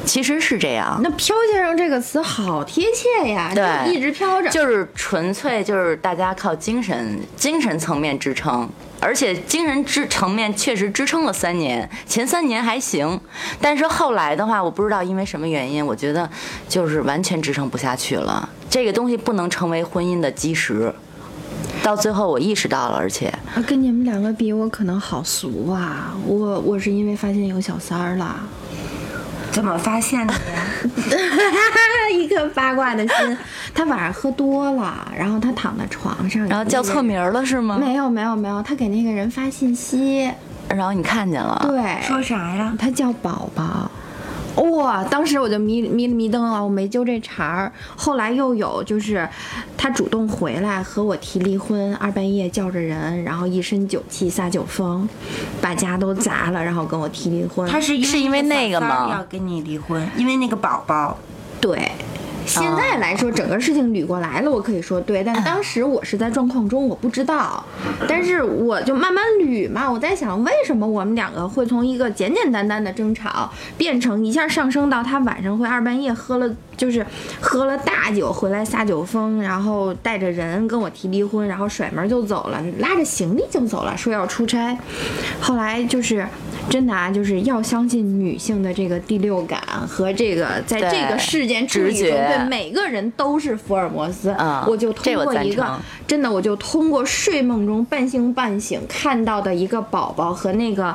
Speaker 3: 其实是这样，
Speaker 1: 那飘先生这个词好贴切呀，
Speaker 3: 对
Speaker 1: 就一直飘着。
Speaker 3: 就是纯粹就是大家靠精神精神层面支撑。而且精神支层面确实支撑了三年，前三年还行，但是后来的话，我不知道因为什么原因，我觉得就是完全支撑不下去了。这个东西不能成为婚姻的基石。到最后我意识到了，而且
Speaker 1: 啊，跟你们两个比，我可能好俗啊！我我是因为发现有小三儿了，
Speaker 2: 怎么发现的呀？
Speaker 1: 一个八卦的心。他晚上喝多了，然后他躺在床上，
Speaker 3: 然后叫错名儿了是吗？
Speaker 1: 没有没有没有，他给那个人发信息，
Speaker 3: 然后你看见了，
Speaker 1: 对，
Speaker 2: 说啥呀？
Speaker 1: 他叫宝宝。哇、当时我就迷迷迷瞪了，我没揪这茬儿。后来又有就是，他主动回来和我提离婚，二半夜叫着人，然后一身酒气撒酒疯，把家都砸了，然后跟我提离婚。
Speaker 2: 他是因为
Speaker 3: 是因为那个
Speaker 2: 小三儿
Speaker 3: 吗
Speaker 2: 要跟你离婚，因为那个宝宝。
Speaker 1: 对，现在来说，整个事情捋过来了，我可以说对，但当时我是在状况中，我不知道，但是我就慢慢捋嘛。我在想，为什么我们两个会从一个简简单单的争吵，变成一下上升到他晚上会二半夜喝了，就是喝了大酒回来撒酒疯，然后带着人跟我提离婚，然后甩门就走了，拉着行李就走了，说要出差。后来就是真的啊，就是要相信女性的这个第六感和这个在
Speaker 3: 对
Speaker 1: 哎这个事件处理
Speaker 3: 直觉
Speaker 1: 中对每个人都是福尔摩斯。
Speaker 3: 嗯
Speaker 1: 我就
Speaker 3: 这
Speaker 1: 通
Speaker 3: 我
Speaker 1: 过
Speaker 3: 赞
Speaker 1: 一个
Speaker 3: 成
Speaker 1: 真的，我就通过睡梦中半醒半醒看到的一个宝宝和那个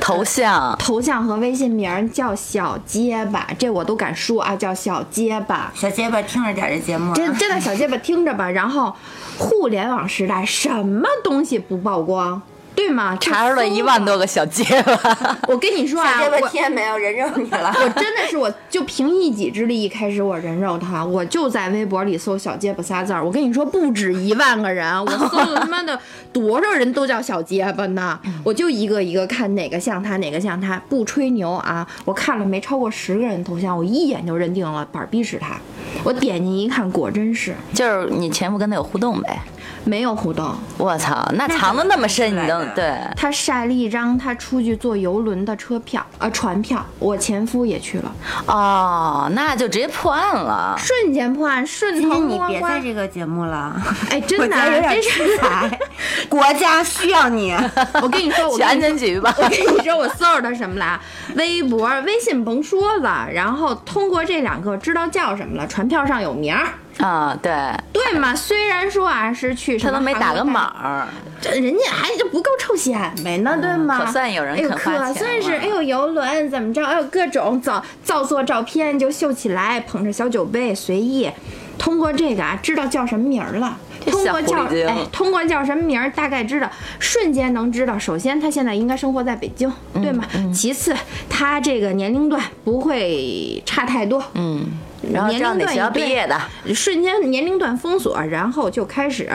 Speaker 3: 头像
Speaker 1: 头像和微信名儿叫小结巴，这我都敢说啊，叫小结巴。
Speaker 2: 小结巴听着点儿这节目啊，
Speaker 1: 真真的小结巴听着吧，然后互联网时代什么东西不曝光，对吗？
Speaker 3: 查出了一万多个小结巴，
Speaker 1: 我跟你说啊，
Speaker 2: 小结巴
Speaker 1: 我
Speaker 2: 听见没有？人肉你了。
Speaker 1: 我真的是，我就凭一己之力，一开始我人肉他，我就在微博里搜“小结巴”仨字儿。我跟你说，不止一万个人，啊我搜了他 妈的多少人都叫小结巴呢？
Speaker 2: 嗯
Speaker 1: 我就一个一个看哪个像他，哪个像他，不吹牛啊！我看了没超过十个人头像，我一眼就认定了板儿逼是他。我点进一看，果真是
Speaker 3: 就是你前夫跟他有互动呗。
Speaker 1: 没有互动。
Speaker 3: 我操，那藏的那么深，你都
Speaker 2: 那怎么
Speaker 3: 对
Speaker 1: 他晒了一张他出去坐游轮的车票，呃，船票。我前夫也去了，
Speaker 3: 哦，那就直接破案了。
Speaker 1: 瞬间破案，顺
Speaker 2: 今
Speaker 1: 藤
Speaker 2: 天你
Speaker 1: 摸
Speaker 2: 别
Speaker 1: 瓜
Speaker 2: 在这个节目了，
Speaker 1: 哎，真
Speaker 2: 我
Speaker 1: 的
Speaker 2: 觉
Speaker 1: 啊，
Speaker 2: 得有点
Speaker 1: 真是
Speaker 2: 屈 才，国家需要你。
Speaker 1: 我跟你说，我
Speaker 3: 去
Speaker 1: 跟
Speaker 3: 安
Speaker 1: 你
Speaker 3: 监局吧。
Speaker 1: 我 跟你说，我搜着他什么了啊？微博、微信甭说了，然后通过这两个知道叫什么了，船票上有名儿，
Speaker 3: 啊，对，
Speaker 1: 对吗？虽然说啊是去什
Speaker 3: 他
Speaker 1: 么
Speaker 3: 都没打个码
Speaker 1: 码，
Speaker 3: 儿。
Speaker 1: 这人家还就不够臭显摆呢，对吗？
Speaker 3: 嗯可算有人
Speaker 1: 哎呦，
Speaker 3: 肯花
Speaker 1: 可
Speaker 3: 钱
Speaker 1: 算是
Speaker 3: 了
Speaker 1: 哎呦游轮怎么着？哎呦各种造造作照片就秀起来，捧着小酒杯随意。通过这个啊，知道叫什么名儿了。
Speaker 3: 这
Speaker 1: 通
Speaker 3: 小
Speaker 1: 过叫
Speaker 3: 狐狸精
Speaker 1: 哎，通过叫什么名儿，大概知道，瞬间能知道。首先，他现在应该生活在北京，对吗？
Speaker 3: 嗯
Speaker 1: 其次，他这个年龄段不会差太多。
Speaker 3: 嗯，然后
Speaker 1: 年
Speaker 3: 知道
Speaker 1: 龄
Speaker 3: 哪
Speaker 1: 段
Speaker 3: 学
Speaker 1: 一
Speaker 3: 校
Speaker 1: 对
Speaker 3: 毕业的，
Speaker 1: 瞬间年龄段封锁，然后就开始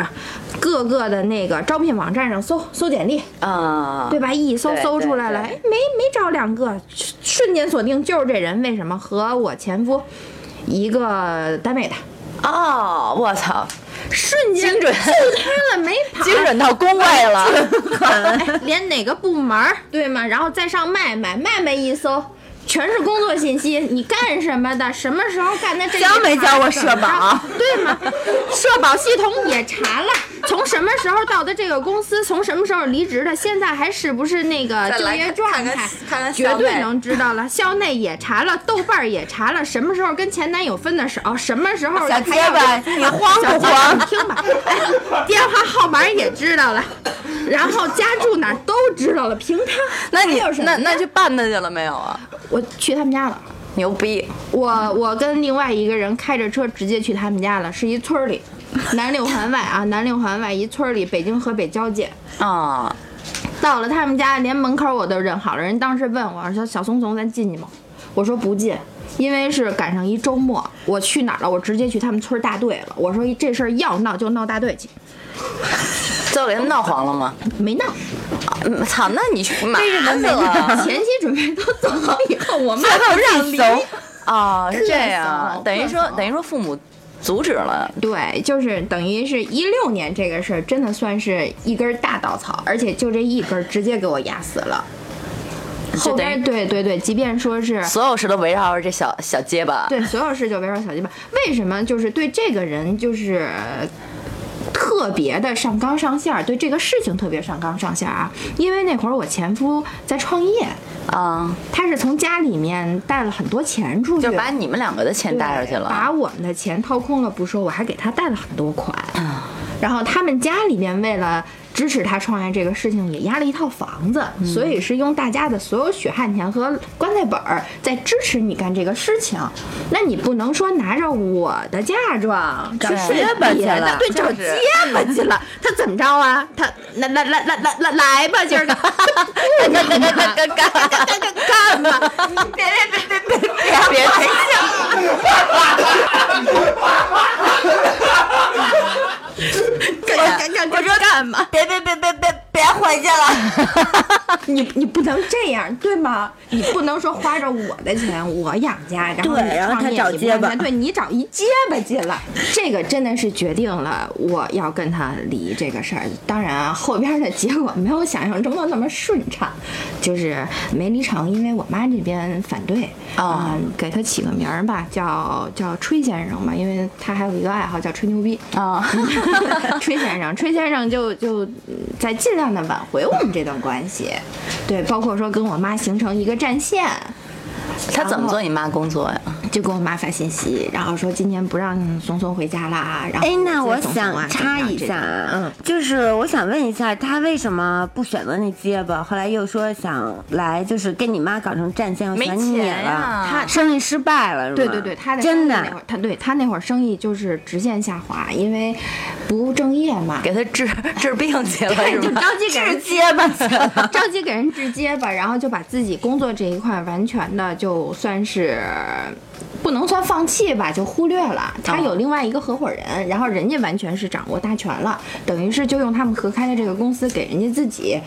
Speaker 1: 各个的那个招聘网站上搜搜简历，
Speaker 3: 啊，
Speaker 1: 对吧？一搜
Speaker 3: 对
Speaker 1: 搜
Speaker 3: 对
Speaker 1: 出来了，
Speaker 3: 对
Speaker 1: 哎，没没找两个，瞬间锁定就是这人。为什么和我前夫一个单位的？
Speaker 3: 哦，我操，
Speaker 1: 瞬间
Speaker 3: 精准
Speaker 1: 就他了， 没跑，
Speaker 3: 精准到工位了。
Speaker 1: 哎连哪个部门儿对吗？然后再上麦麦，麦麦一搜。全是工作信 息，你干什么的？什么时候干的？这一
Speaker 2: 交没交过
Speaker 1: 查怎么
Speaker 2: 社保
Speaker 1: 着？对吗？ 社保系统也查了，从什么时候到的这个公司，从什么时候离职的，现在还是不是那个就业状态？
Speaker 2: 看看
Speaker 1: 绝对能知道了。校内也查了，豆瓣儿也查了，什么时候跟前男友分的手，什么时候
Speaker 2: 小结巴，你慌
Speaker 1: 小
Speaker 2: 不
Speaker 1: 结巴，
Speaker 2: 慌
Speaker 1: 你？ 听吧，哎，电话号码也知道了，然后家住哪儿都知道了，凭他
Speaker 3: 那你
Speaker 1: 还有什么
Speaker 3: 那
Speaker 1: 呀
Speaker 3: 那去办他去了没有啊？
Speaker 1: 我去他们家了。
Speaker 3: 牛逼！
Speaker 1: 我我跟另外一个人开着车直接去他们家了，是一村儿里，南六环外啊，南六环外一村儿里，北京河北交界。
Speaker 3: 啊，
Speaker 1: 到了他们家，连门口我都认好了。人当时问我说：“小松松，咱进去吗？”我说不进，因为是赶上一周末，我去哪儿了？我直接去他们村儿大队了。我说这事儿要闹就闹大队去，
Speaker 3: 最后给他们闹黄了吗？
Speaker 1: 没闹。
Speaker 3: 嗯操，那你 去嘛去了？
Speaker 1: 前期准备都做好以后， 我妈
Speaker 3: 后
Speaker 1: 不让离。
Speaker 3: 哦，是这
Speaker 1: 特
Speaker 3: 样，
Speaker 1: 怂
Speaker 3: 等于说
Speaker 1: 特怂
Speaker 3: 等于说父母阻止了。
Speaker 1: 对，就是等于是一六年这个事儿，真的算是一根大稻草，而且就这一根儿直接给我压死了。后
Speaker 3: 就等于
Speaker 1: 边对对对，即便说是
Speaker 3: 所有事都围绕着这小小结巴，
Speaker 1: 对，所有事就围绕小鸡巴。为什么就是对这个人就是特特别的上纲上线儿，对这个事情特别上纲上线儿啊。因为那会儿我前夫在创业，
Speaker 3: 啊，
Speaker 1: 他是从家里面带了很多钱出去，
Speaker 3: 就把你们两个的钱
Speaker 1: 对
Speaker 3: 带出去了。
Speaker 1: 把我们的钱掏空了不说，我还给他贷了很多款。然后他们家里面为了支持他创业这个事情，也押了一套房子，所以是用大家的所有血汗钱和棺材本儿在支持你干这个事情。那你不能说拿着我的嫁妆去
Speaker 3: 找
Speaker 1: 睡
Speaker 3: 结巴去
Speaker 1: 别的
Speaker 3: 了
Speaker 1: 对，
Speaker 3: 就
Speaker 1: 找
Speaker 3: 是
Speaker 1: 结巴去了。 他怎么着啊？他来来来来来来来吧， 今儿个，干干干干干干干干干吧！别别 别别别！
Speaker 3: 别别
Speaker 1: 干干干干干嘛？
Speaker 2: 别别别别别别回去了。
Speaker 1: 你你不能这样，对吗？你不能说花着我的钱，我养家，然后
Speaker 2: 对
Speaker 1: 你
Speaker 2: 然后
Speaker 1: 创
Speaker 2: 他
Speaker 1: 业
Speaker 2: 找
Speaker 1: 你不
Speaker 2: 结
Speaker 1: 赚
Speaker 2: 巴
Speaker 1: 钱对你找一结巴进来，这个真的是决定了我要跟他离这个事儿。当然啊，后边的结果没有想象中的那么顺畅，就是没离成，因为我妈这边反对
Speaker 3: 哦
Speaker 1: 嗯给他起个名儿吧，叫叫吹先生吧，因为他还有一个爱好叫吹牛逼。
Speaker 3: 啊，
Speaker 1: 崔先生，崔先生就就嗯在尽量的挽回我们这段关系，对，包括说跟我妈形成一个战线，
Speaker 3: 他怎么做你妈工作呀？
Speaker 1: 就给我妈发信息，然后说今天不让怂怂回家啦。然后
Speaker 2: 哎，那我
Speaker 1: 接怂怂啊
Speaker 2: 想插一下，啊
Speaker 1: 怎么样这种嗯，，
Speaker 2: 就是我想问一下，他为什么不选择那结巴？后来又说想来，就是跟你妈搞成战线，又
Speaker 3: 没
Speaker 2: 选你
Speaker 3: 钱呀
Speaker 2: 了，生意失败了，是吧？
Speaker 1: 对对对，他的
Speaker 2: 真
Speaker 1: 生意那会
Speaker 2: 的
Speaker 1: 儿，他对他那会儿生意就是直线下滑，因为不务正业嘛，
Speaker 3: 给他治 治病去了是
Speaker 1: 就
Speaker 3: 吧？
Speaker 1: 着急给人结巴去了， 着急给人治结巴，然后就把自己工作这一块完全的就算是不能算放弃吧，就忽略了。他
Speaker 3: 啊
Speaker 1: 有另外一个合伙人，然后人家完全是掌握大权了，等于是就用他们合开的这个公司给人家自己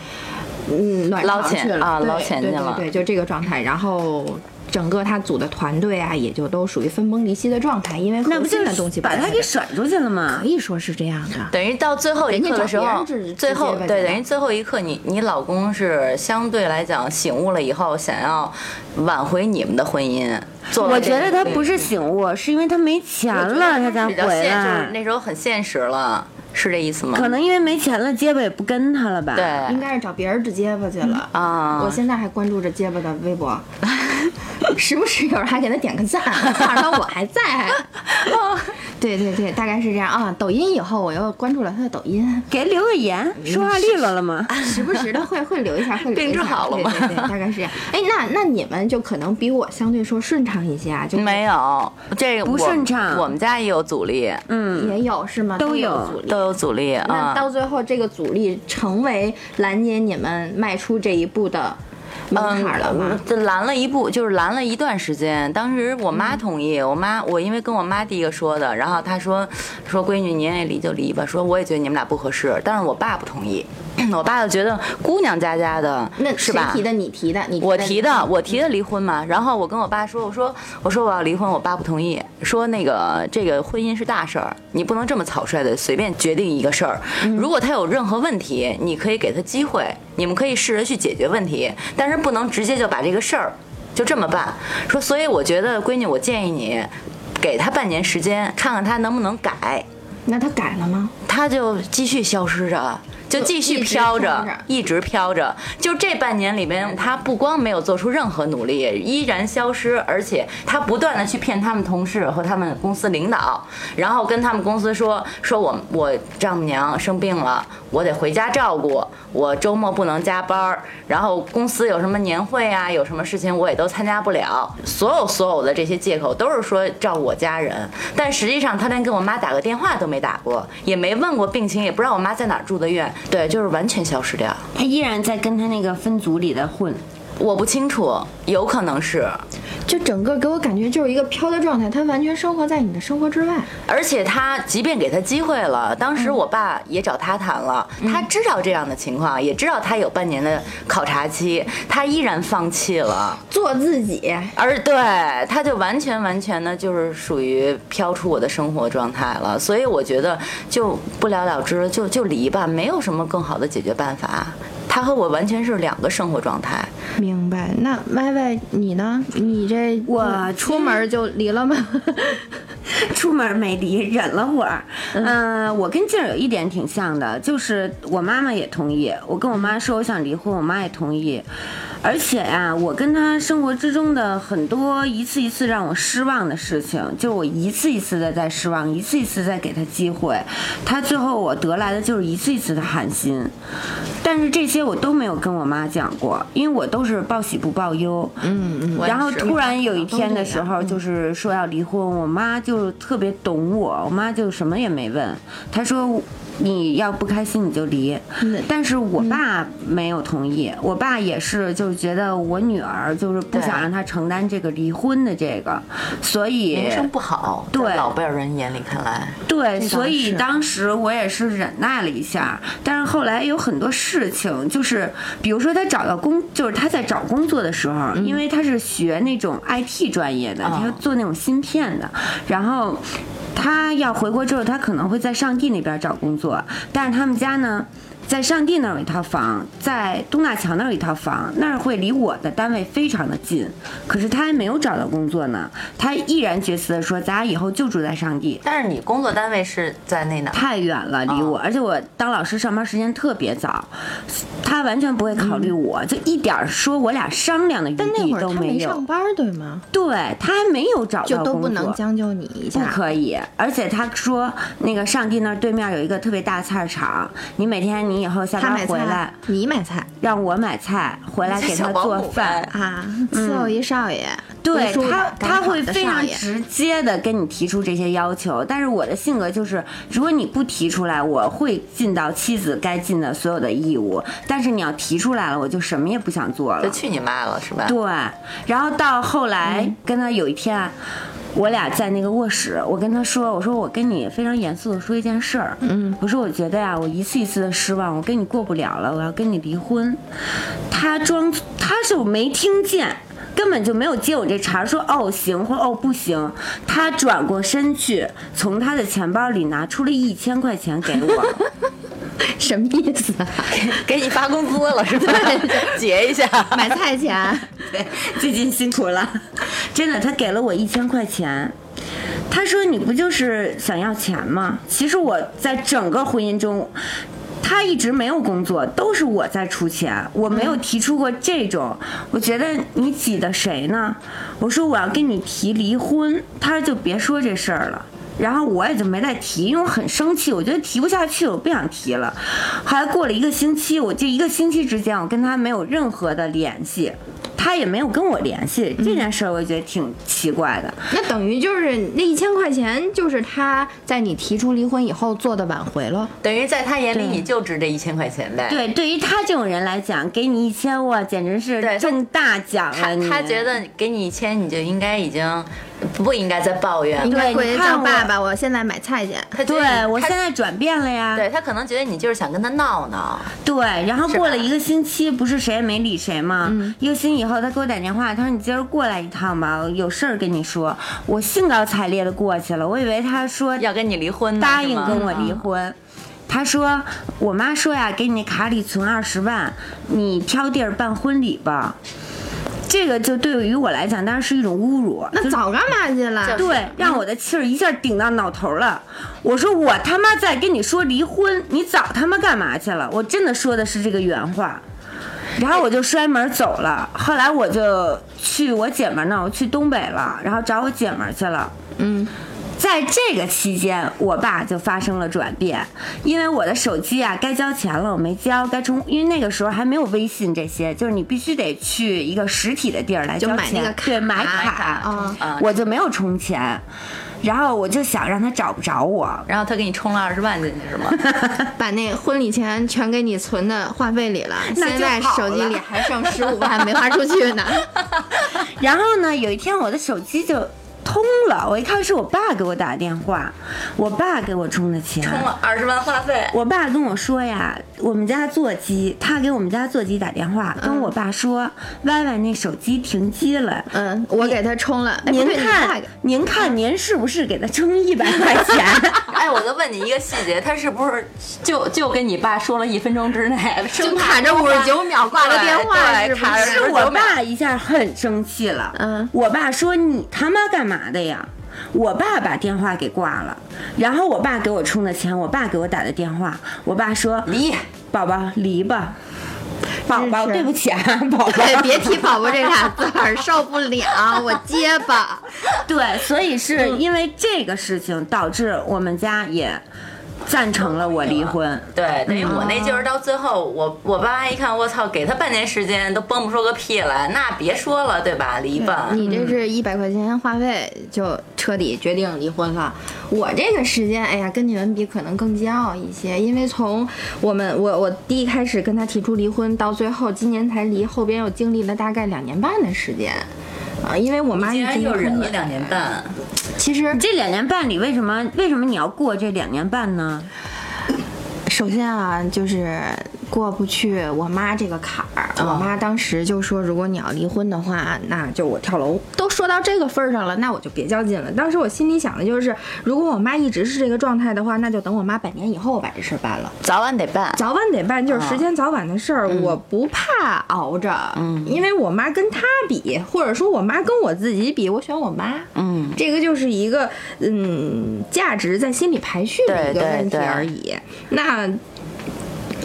Speaker 1: 嗯暖
Speaker 3: 捞
Speaker 1: 床
Speaker 3: 钱
Speaker 1: 去了
Speaker 3: 啊
Speaker 1: 对
Speaker 3: 捞钱
Speaker 1: 对
Speaker 3: 去
Speaker 1: 对
Speaker 3: 了
Speaker 1: 对，就这个状态，然后。整个他组的团队啊，也就都属于分崩离析的状态，因为
Speaker 2: 那不
Speaker 1: 核心
Speaker 2: 就
Speaker 1: 的东西
Speaker 2: 是把
Speaker 1: 不在
Speaker 2: 他
Speaker 1: 这
Speaker 2: 给
Speaker 1: 儿
Speaker 2: 甩出去了吗
Speaker 1: 可？以说是这样的。
Speaker 3: 等于到最后一刻的时
Speaker 1: 人家
Speaker 3: 候
Speaker 1: 找别人治，
Speaker 3: 最
Speaker 1: 直
Speaker 3: 后
Speaker 1: 接吧
Speaker 3: 对
Speaker 1: 现在
Speaker 3: 等于最后一刻你，你老公是相对来讲醒悟了以后，想要挽回你们的婚姻，做了
Speaker 2: 我
Speaker 3: 这
Speaker 2: 觉
Speaker 3: 个
Speaker 2: 得他
Speaker 3: 决
Speaker 2: 不
Speaker 3: 定
Speaker 2: 是醒悟，是因为他没钱
Speaker 1: 我觉得
Speaker 2: 了，他才
Speaker 3: 比
Speaker 2: 回
Speaker 3: 较现，就是
Speaker 2: 来。
Speaker 3: 那时候很现实了，是这意思吗？
Speaker 2: 可能因为没钱了，结巴也不跟他了吧？
Speaker 3: 对，
Speaker 1: 应该是找别人治结巴去了
Speaker 3: 啊
Speaker 1: 我现在还关注着结巴的微 博，时不时有人还给他点个赞，告诉他我还在。
Speaker 3: 哦
Speaker 1: 对对对，大概是这样啊。抖音以后我又关注了他的抖音，
Speaker 2: 给留个言，说话利落了吗？
Speaker 1: 时不时的 会会留一下，会留一
Speaker 3: 病治
Speaker 1: 下。
Speaker 3: 好了吗
Speaker 1: 对对对，大概是这样。哎，那那你们就可能比我相对说顺畅一些啊，就
Speaker 3: 没有这个
Speaker 2: 不
Speaker 3: 我
Speaker 2: 顺畅
Speaker 3: 我们家也有阻力，
Speaker 2: 嗯
Speaker 1: 也有是吗？
Speaker 2: 都
Speaker 1: 都
Speaker 2: 有
Speaker 1: 阻力
Speaker 3: 都。有阻力
Speaker 1: 那
Speaker 3: 啊。
Speaker 1: 到最后，这个阻力成为拦截你们迈出这一步的门槛了吗？
Speaker 3: 嗯，这拦了一步，就是拦了一段时间。当时我
Speaker 1: 嗯
Speaker 3: 妈同意，我妈我因为跟我妈第一个说的，然后她说说闺女你愿意离就离吧，说我也觉得你们俩不合适，但是我爸不同意， 我爸就觉得姑娘家家的，
Speaker 1: 那
Speaker 3: 是
Speaker 1: 谁
Speaker 3: 吧？
Speaker 1: 提的？你提的？你
Speaker 3: 我
Speaker 1: 你嗯
Speaker 3: 提的，我提的离婚嘛。然后我跟我爸说，我说我说我要离婚，我爸不同意，说那个这个婚姻是大事儿，你不能这么草率的随便决定一个事儿。
Speaker 1: 嗯
Speaker 3: 如果他有任何问题，你可以给他机会，你们可以试着去解决问题，但是不能直接就把这个事儿就这么办。说，所以我觉得闺女，我建议你给他半年时间，看看他能不能改。
Speaker 1: 那他改了吗？
Speaker 3: 他就继续消失着，就继续飘着，一直飘着。就这半年里边，他不光没有做出任何努力，依然消失，而且他不断的去骗他们同事和他们公司领导，然后跟他们公司说说我我丈母娘生病了，我得回家照顾，我周末不能加班儿，然后公司有什么年会啊，有什么事情我也都参加不了，所有所有的这些借口都是说照顾我家人，但实际上他连给我妈打个电话都没打过，也没问过病情，也不知道我妈在哪儿住的院，对，就是完全消失掉。
Speaker 2: 他依然在跟他那个分组里的混。
Speaker 3: 我不清楚，有可能是，
Speaker 1: 就整个给我感觉就是一个飘的状态，他完全生活在你的生活之外。
Speaker 3: 而且他即便给他机会了，当时我爸也找他谈了，他知道这样的情况，也知道他有半年的考察期，他依然放弃了。
Speaker 1: 做自己，
Speaker 3: 而对，他就完全完全的，就是属于飘出我的生活状态了。所以我觉得就不了了之，就就离吧，没有什么更好的解决办法。他和我完全是两个生活状态。
Speaker 1: 明白？那歪歪你呢？你这
Speaker 2: 我
Speaker 1: 出门就离了吗？
Speaker 2: 出门没离，忍了会儿。嗯、我跟静儿有一点挺像的，就是我妈妈也同意。我跟我妈说我想离婚，我妈也同意。而且呀、我跟她生活之中的很多一次一次让我失望的事情，就是我一次一次的在失望，一次一次在给她机会，她最后我得来的就是一次一次的寒心。但是这些我都没有跟我妈讲过，因为我都是报喜不报忧。嗯嗯。然后
Speaker 1: 我也是
Speaker 2: 突然有一天的时候，就是说要离婚，我妈就特别懂我，我妈就什么也没问，她说。你要不开心你就离，但是我爸没有同意，我爸也是就是觉得我女儿就是不
Speaker 3: 对
Speaker 2: 想让她承担这个离婚的这个，所以
Speaker 4: 名声不好，
Speaker 2: 对
Speaker 4: 在老辈儿人眼里看来，
Speaker 2: 对，所以
Speaker 1: 是
Speaker 2: 当时我也是忍耐了一下，但是后来有很多事情，就是比如说他找到工，就是他在找工作的时候，因为他是学那种 IT 专业的，他做那种芯片的，然后。他要回国之后，他可能会在上地那边找工作，但是他们家呢，在上地那儿有一套房，在东大桥那儿有一套房，那儿会离我的单位非常的近。可是他还没有找到工作呢，他毅然决辞的说：“咱俩以后就住在上地。”
Speaker 4: 但是你工作单位是在那哪儿？
Speaker 2: 太远了，离
Speaker 1: 嗯
Speaker 2: 我，而且我当老师上班时间特别早，他完全不会考虑我，就一点儿说我俩商量的余
Speaker 1: 嗯但那
Speaker 2: 地
Speaker 1: 会儿
Speaker 2: 都
Speaker 1: 他
Speaker 2: 没
Speaker 1: 没
Speaker 2: 有
Speaker 1: 上。班儿，对吗？
Speaker 2: 对他还没有找到
Speaker 1: 就都
Speaker 2: 工
Speaker 1: 不
Speaker 2: 作
Speaker 1: 能将就你一
Speaker 2: 不
Speaker 1: 下。
Speaker 2: 可以，而且他说那个上帝那儿对面有一个特别大菜市场，你每天你以后下
Speaker 1: 他
Speaker 2: 班
Speaker 1: 买
Speaker 2: 回来
Speaker 1: 菜，你买菜
Speaker 2: 让我买菜，回来给 他
Speaker 4: 小保
Speaker 2: 做
Speaker 4: 姆
Speaker 2: 饭
Speaker 4: 呗，
Speaker 1: 啊，伺候一少爷。
Speaker 2: 嗯对
Speaker 1: 读书
Speaker 2: 他
Speaker 1: 的，赶
Speaker 2: 他
Speaker 1: 考
Speaker 2: 会
Speaker 1: 的
Speaker 2: 非
Speaker 1: 少
Speaker 2: 常
Speaker 1: 爷
Speaker 2: 直接的跟你提出这些要求，但是我的性格就是，如果你不提出来，我会尽到妻子该尽的所有的义务，但是你要提出来了，我就什么也不想做了
Speaker 4: 就。去你妈了是吧？
Speaker 2: 对，然后到后来跟他有一天啊，我俩在那个卧室，我跟他说，我说我跟你非常严肃的说一件事儿，嗯，我说我觉得呀、我一次一次的失望，我跟你过不了了，我要跟你离婚。他装，他就没听见。根本就没有接我这茬儿，说哦行或哦不行。他转过身去，从他的钱包里拿出了一千块钱给我。
Speaker 1: 什么意 思啊？
Speaker 4: 给你发工资了是 吧？结一下。
Speaker 1: 买菜钱，
Speaker 2: 对， 最近辛苦了，真的，他给了我一千块钱。他说：“你不就是想要钱吗？”其实我在整个婚姻中，他一直没有工作，都是我在出钱，我没有提出过这种。我觉得你挤的谁呢？我说我要跟你提离婚，他说就别说这事儿了。然后我也就没再提，因为我很生气，我觉得提不下去，我不想提了。后来过了一个星期，我这一个星期之间，我跟他没有任何的联系，他也没有跟我联系，这件事儿我觉得挺奇怪的。
Speaker 4: 嗯
Speaker 1: 那等于就是那一千块钱，就是他在你提出离婚以后做的挽回了。
Speaker 4: 等于在他眼里你就值这一千块钱呗。，
Speaker 2: 对，对于他这种人来讲，给你一千，哇，简直是
Speaker 4: 对他
Speaker 2: 中大奖
Speaker 4: 他
Speaker 2: 了！你
Speaker 4: 他觉得给你一千，你就应该已经不应该再抱怨
Speaker 1: 应
Speaker 4: 了。
Speaker 1: 该
Speaker 2: 对
Speaker 1: 回
Speaker 2: 你
Speaker 1: 去
Speaker 2: 看
Speaker 1: 叫
Speaker 2: 我
Speaker 1: 爸爸，我现在买菜去。
Speaker 4: 他觉得
Speaker 2: 对我
Speaker 4: 他
Speaker 2: 现在转变了呀。
Speaker 4: 对他可能觉得你就是想跟他闹闹，
Speaker 2: 对，然后
Speaker 4: 是
Speaker 2: 过
Speaker 4: 吧嗯
Speaker 2: 了一个星期，不是谁也没理谁吗？一个星期以后，他给我打电话，他说：“你今儿过来一趟吧，我有事儿跟你说。”我兴高采烈的过去了，我以为他说
Speaker 4: 要跟你离婚呢，
Speaker 2: 答应
Speaker 4: 是吗
Speaker 2: 跟我离婚。他说：“我妈说呀，给你卡里存二十万，你挑地儿办婚礼吧。”这个就对于我来讲，当然是一种侮辱。
Speaker 1: 那早干嘛去了？
Speaker 2: 对，让我的气儿一下顶到脑头了。我说我他妈在跟你说离婚，你早他妈干嘛去了？我真的说的是这个原话。然后我就摔门走了。后来我就去我姐们儿那儿，我去东北了，然后找我姐们儿去了。在这个期间，我爸就发生了转变，因为我的手机啊该交钱了，我没交，该充，因为那个时候还没有微信这些，就是你必须得去一个实体的地儿来交
Speaker 1: 就
Speaker 2: 钱，
Speaker 1: 买那个卡
Speaker 2: 对，买
Speaker 1: 啊
Speaker 4: 啊
Speaker 2: 我就没有充钱，然后我就想让他找不着我，
Speaker 4: 嗯然后他给你充了二十万进去是 吗？
Speaker 1: 把那婚礼钱全给你存的话费里了，
Speaker 2: 那
Speaker 1: 现
Speaker 2: 就
Speaker 1: 在
Speaker 2: 好
Speaker 1: 手机里还剩十五万没花出去 呢。
Speaker 2: 然后呢，有一天我的手机就通了，我一看是我爸给我打电话，我爸给我充的钱，
Speaker 4: 充了二十万话费，
Speaker 2: 我爸跟我说呀，我们家座机，他给我们家座机打电话，跟我爸说，歪歪那手机停机了。
Speaker 1: 嗯，我给他充了。哎
Speaker 2: 您
Speaker 1: 不对你嗯爸
Speaker 2: 看
Speaker 1: 给，
Speaker 2: 您看，您是不是给他充一百块钱？
Speaker 4: 哎，我就问你一个细节，他是不是就就跟你爸说了一分钟之内，
Speaker 1: 就卡着五十九秒挂个电话，
Speaker 4: 对对
Speaker 1: 是不
Speaker 4: 卡着
Speaker 1: 是？
Speaker 2: 是我爸一下很生气了。
Speaker 1: 哎嗯
Speaker 2: 我爸说你他妈干嘛的呀？我爸把电话给挂了，然后我爸给我充的钱，我爸给我打的电话，我爸说离，宝宝离吧，宝宝
Speaker 1: 支持
Speaker 2: 对不起啊，宝宝，
Speaker 1: 对，哎别提宝宝这俩字儿，受不了，我结巴。
Speaker 2: 对，所以是因为这个事情导致我们家也赞成了我离婚。
Speaker 4: 对，等于
Speaker 1: 嗯
Speaker 4: 我那就是到最后，我我爸妈一看，我操，给他半年时间都崩不出个屁来，那别说了，对吧？离吧，
Speaker 1: 你这是一百块钱话费就彻底决定离婚了。我这个时间，哎呀，跟你们比可能更煎熬一些，因为从我们我我第一开始跟他提出离婚，到最后今年才离，后边又经历了大概两年半的时间。啊，因为我妈
Speaker 4: 竟
Speaker 1: 一
Speaker 4: 然
Speaker 1: 直
Speaker 4: 又忍
Speaker 1: 婚
Speaker 4: 了两年半，
Speaker 1: 其实
Speaker 2: 这两年半里，为什么为什么你要过这两年半呢？
Speaker 1: 首先啊，就是过不去我妈这个坎儿。我妈当时就说，如果你要离婚的话，那就我跳楼。都说到这个份儿上了，那我就别较劲了。当时我心里想的就是，如果我妈一直是这个状态的话，那就等我妈百年以后把这事儿办了。
Speaker 3: 早晚得 办。
Speaker 1: 早晚得办，
Speaker 3: 嗯
Speaker 1: 就是时间早晚的事儿，我不怕熬着，
Speaker 3: 嗯
Speaker 1: 因为我妈跟她比，或者说我妈跟我自己比，我选我妈，
Speaker 3: 嗯，
Speaker 1: 这个就是一个嗯价值在心里排序的一个
Speaker 3: 对对
Speaker 1: 问题
Speaker 3: 对
Speaker 1: 而已。那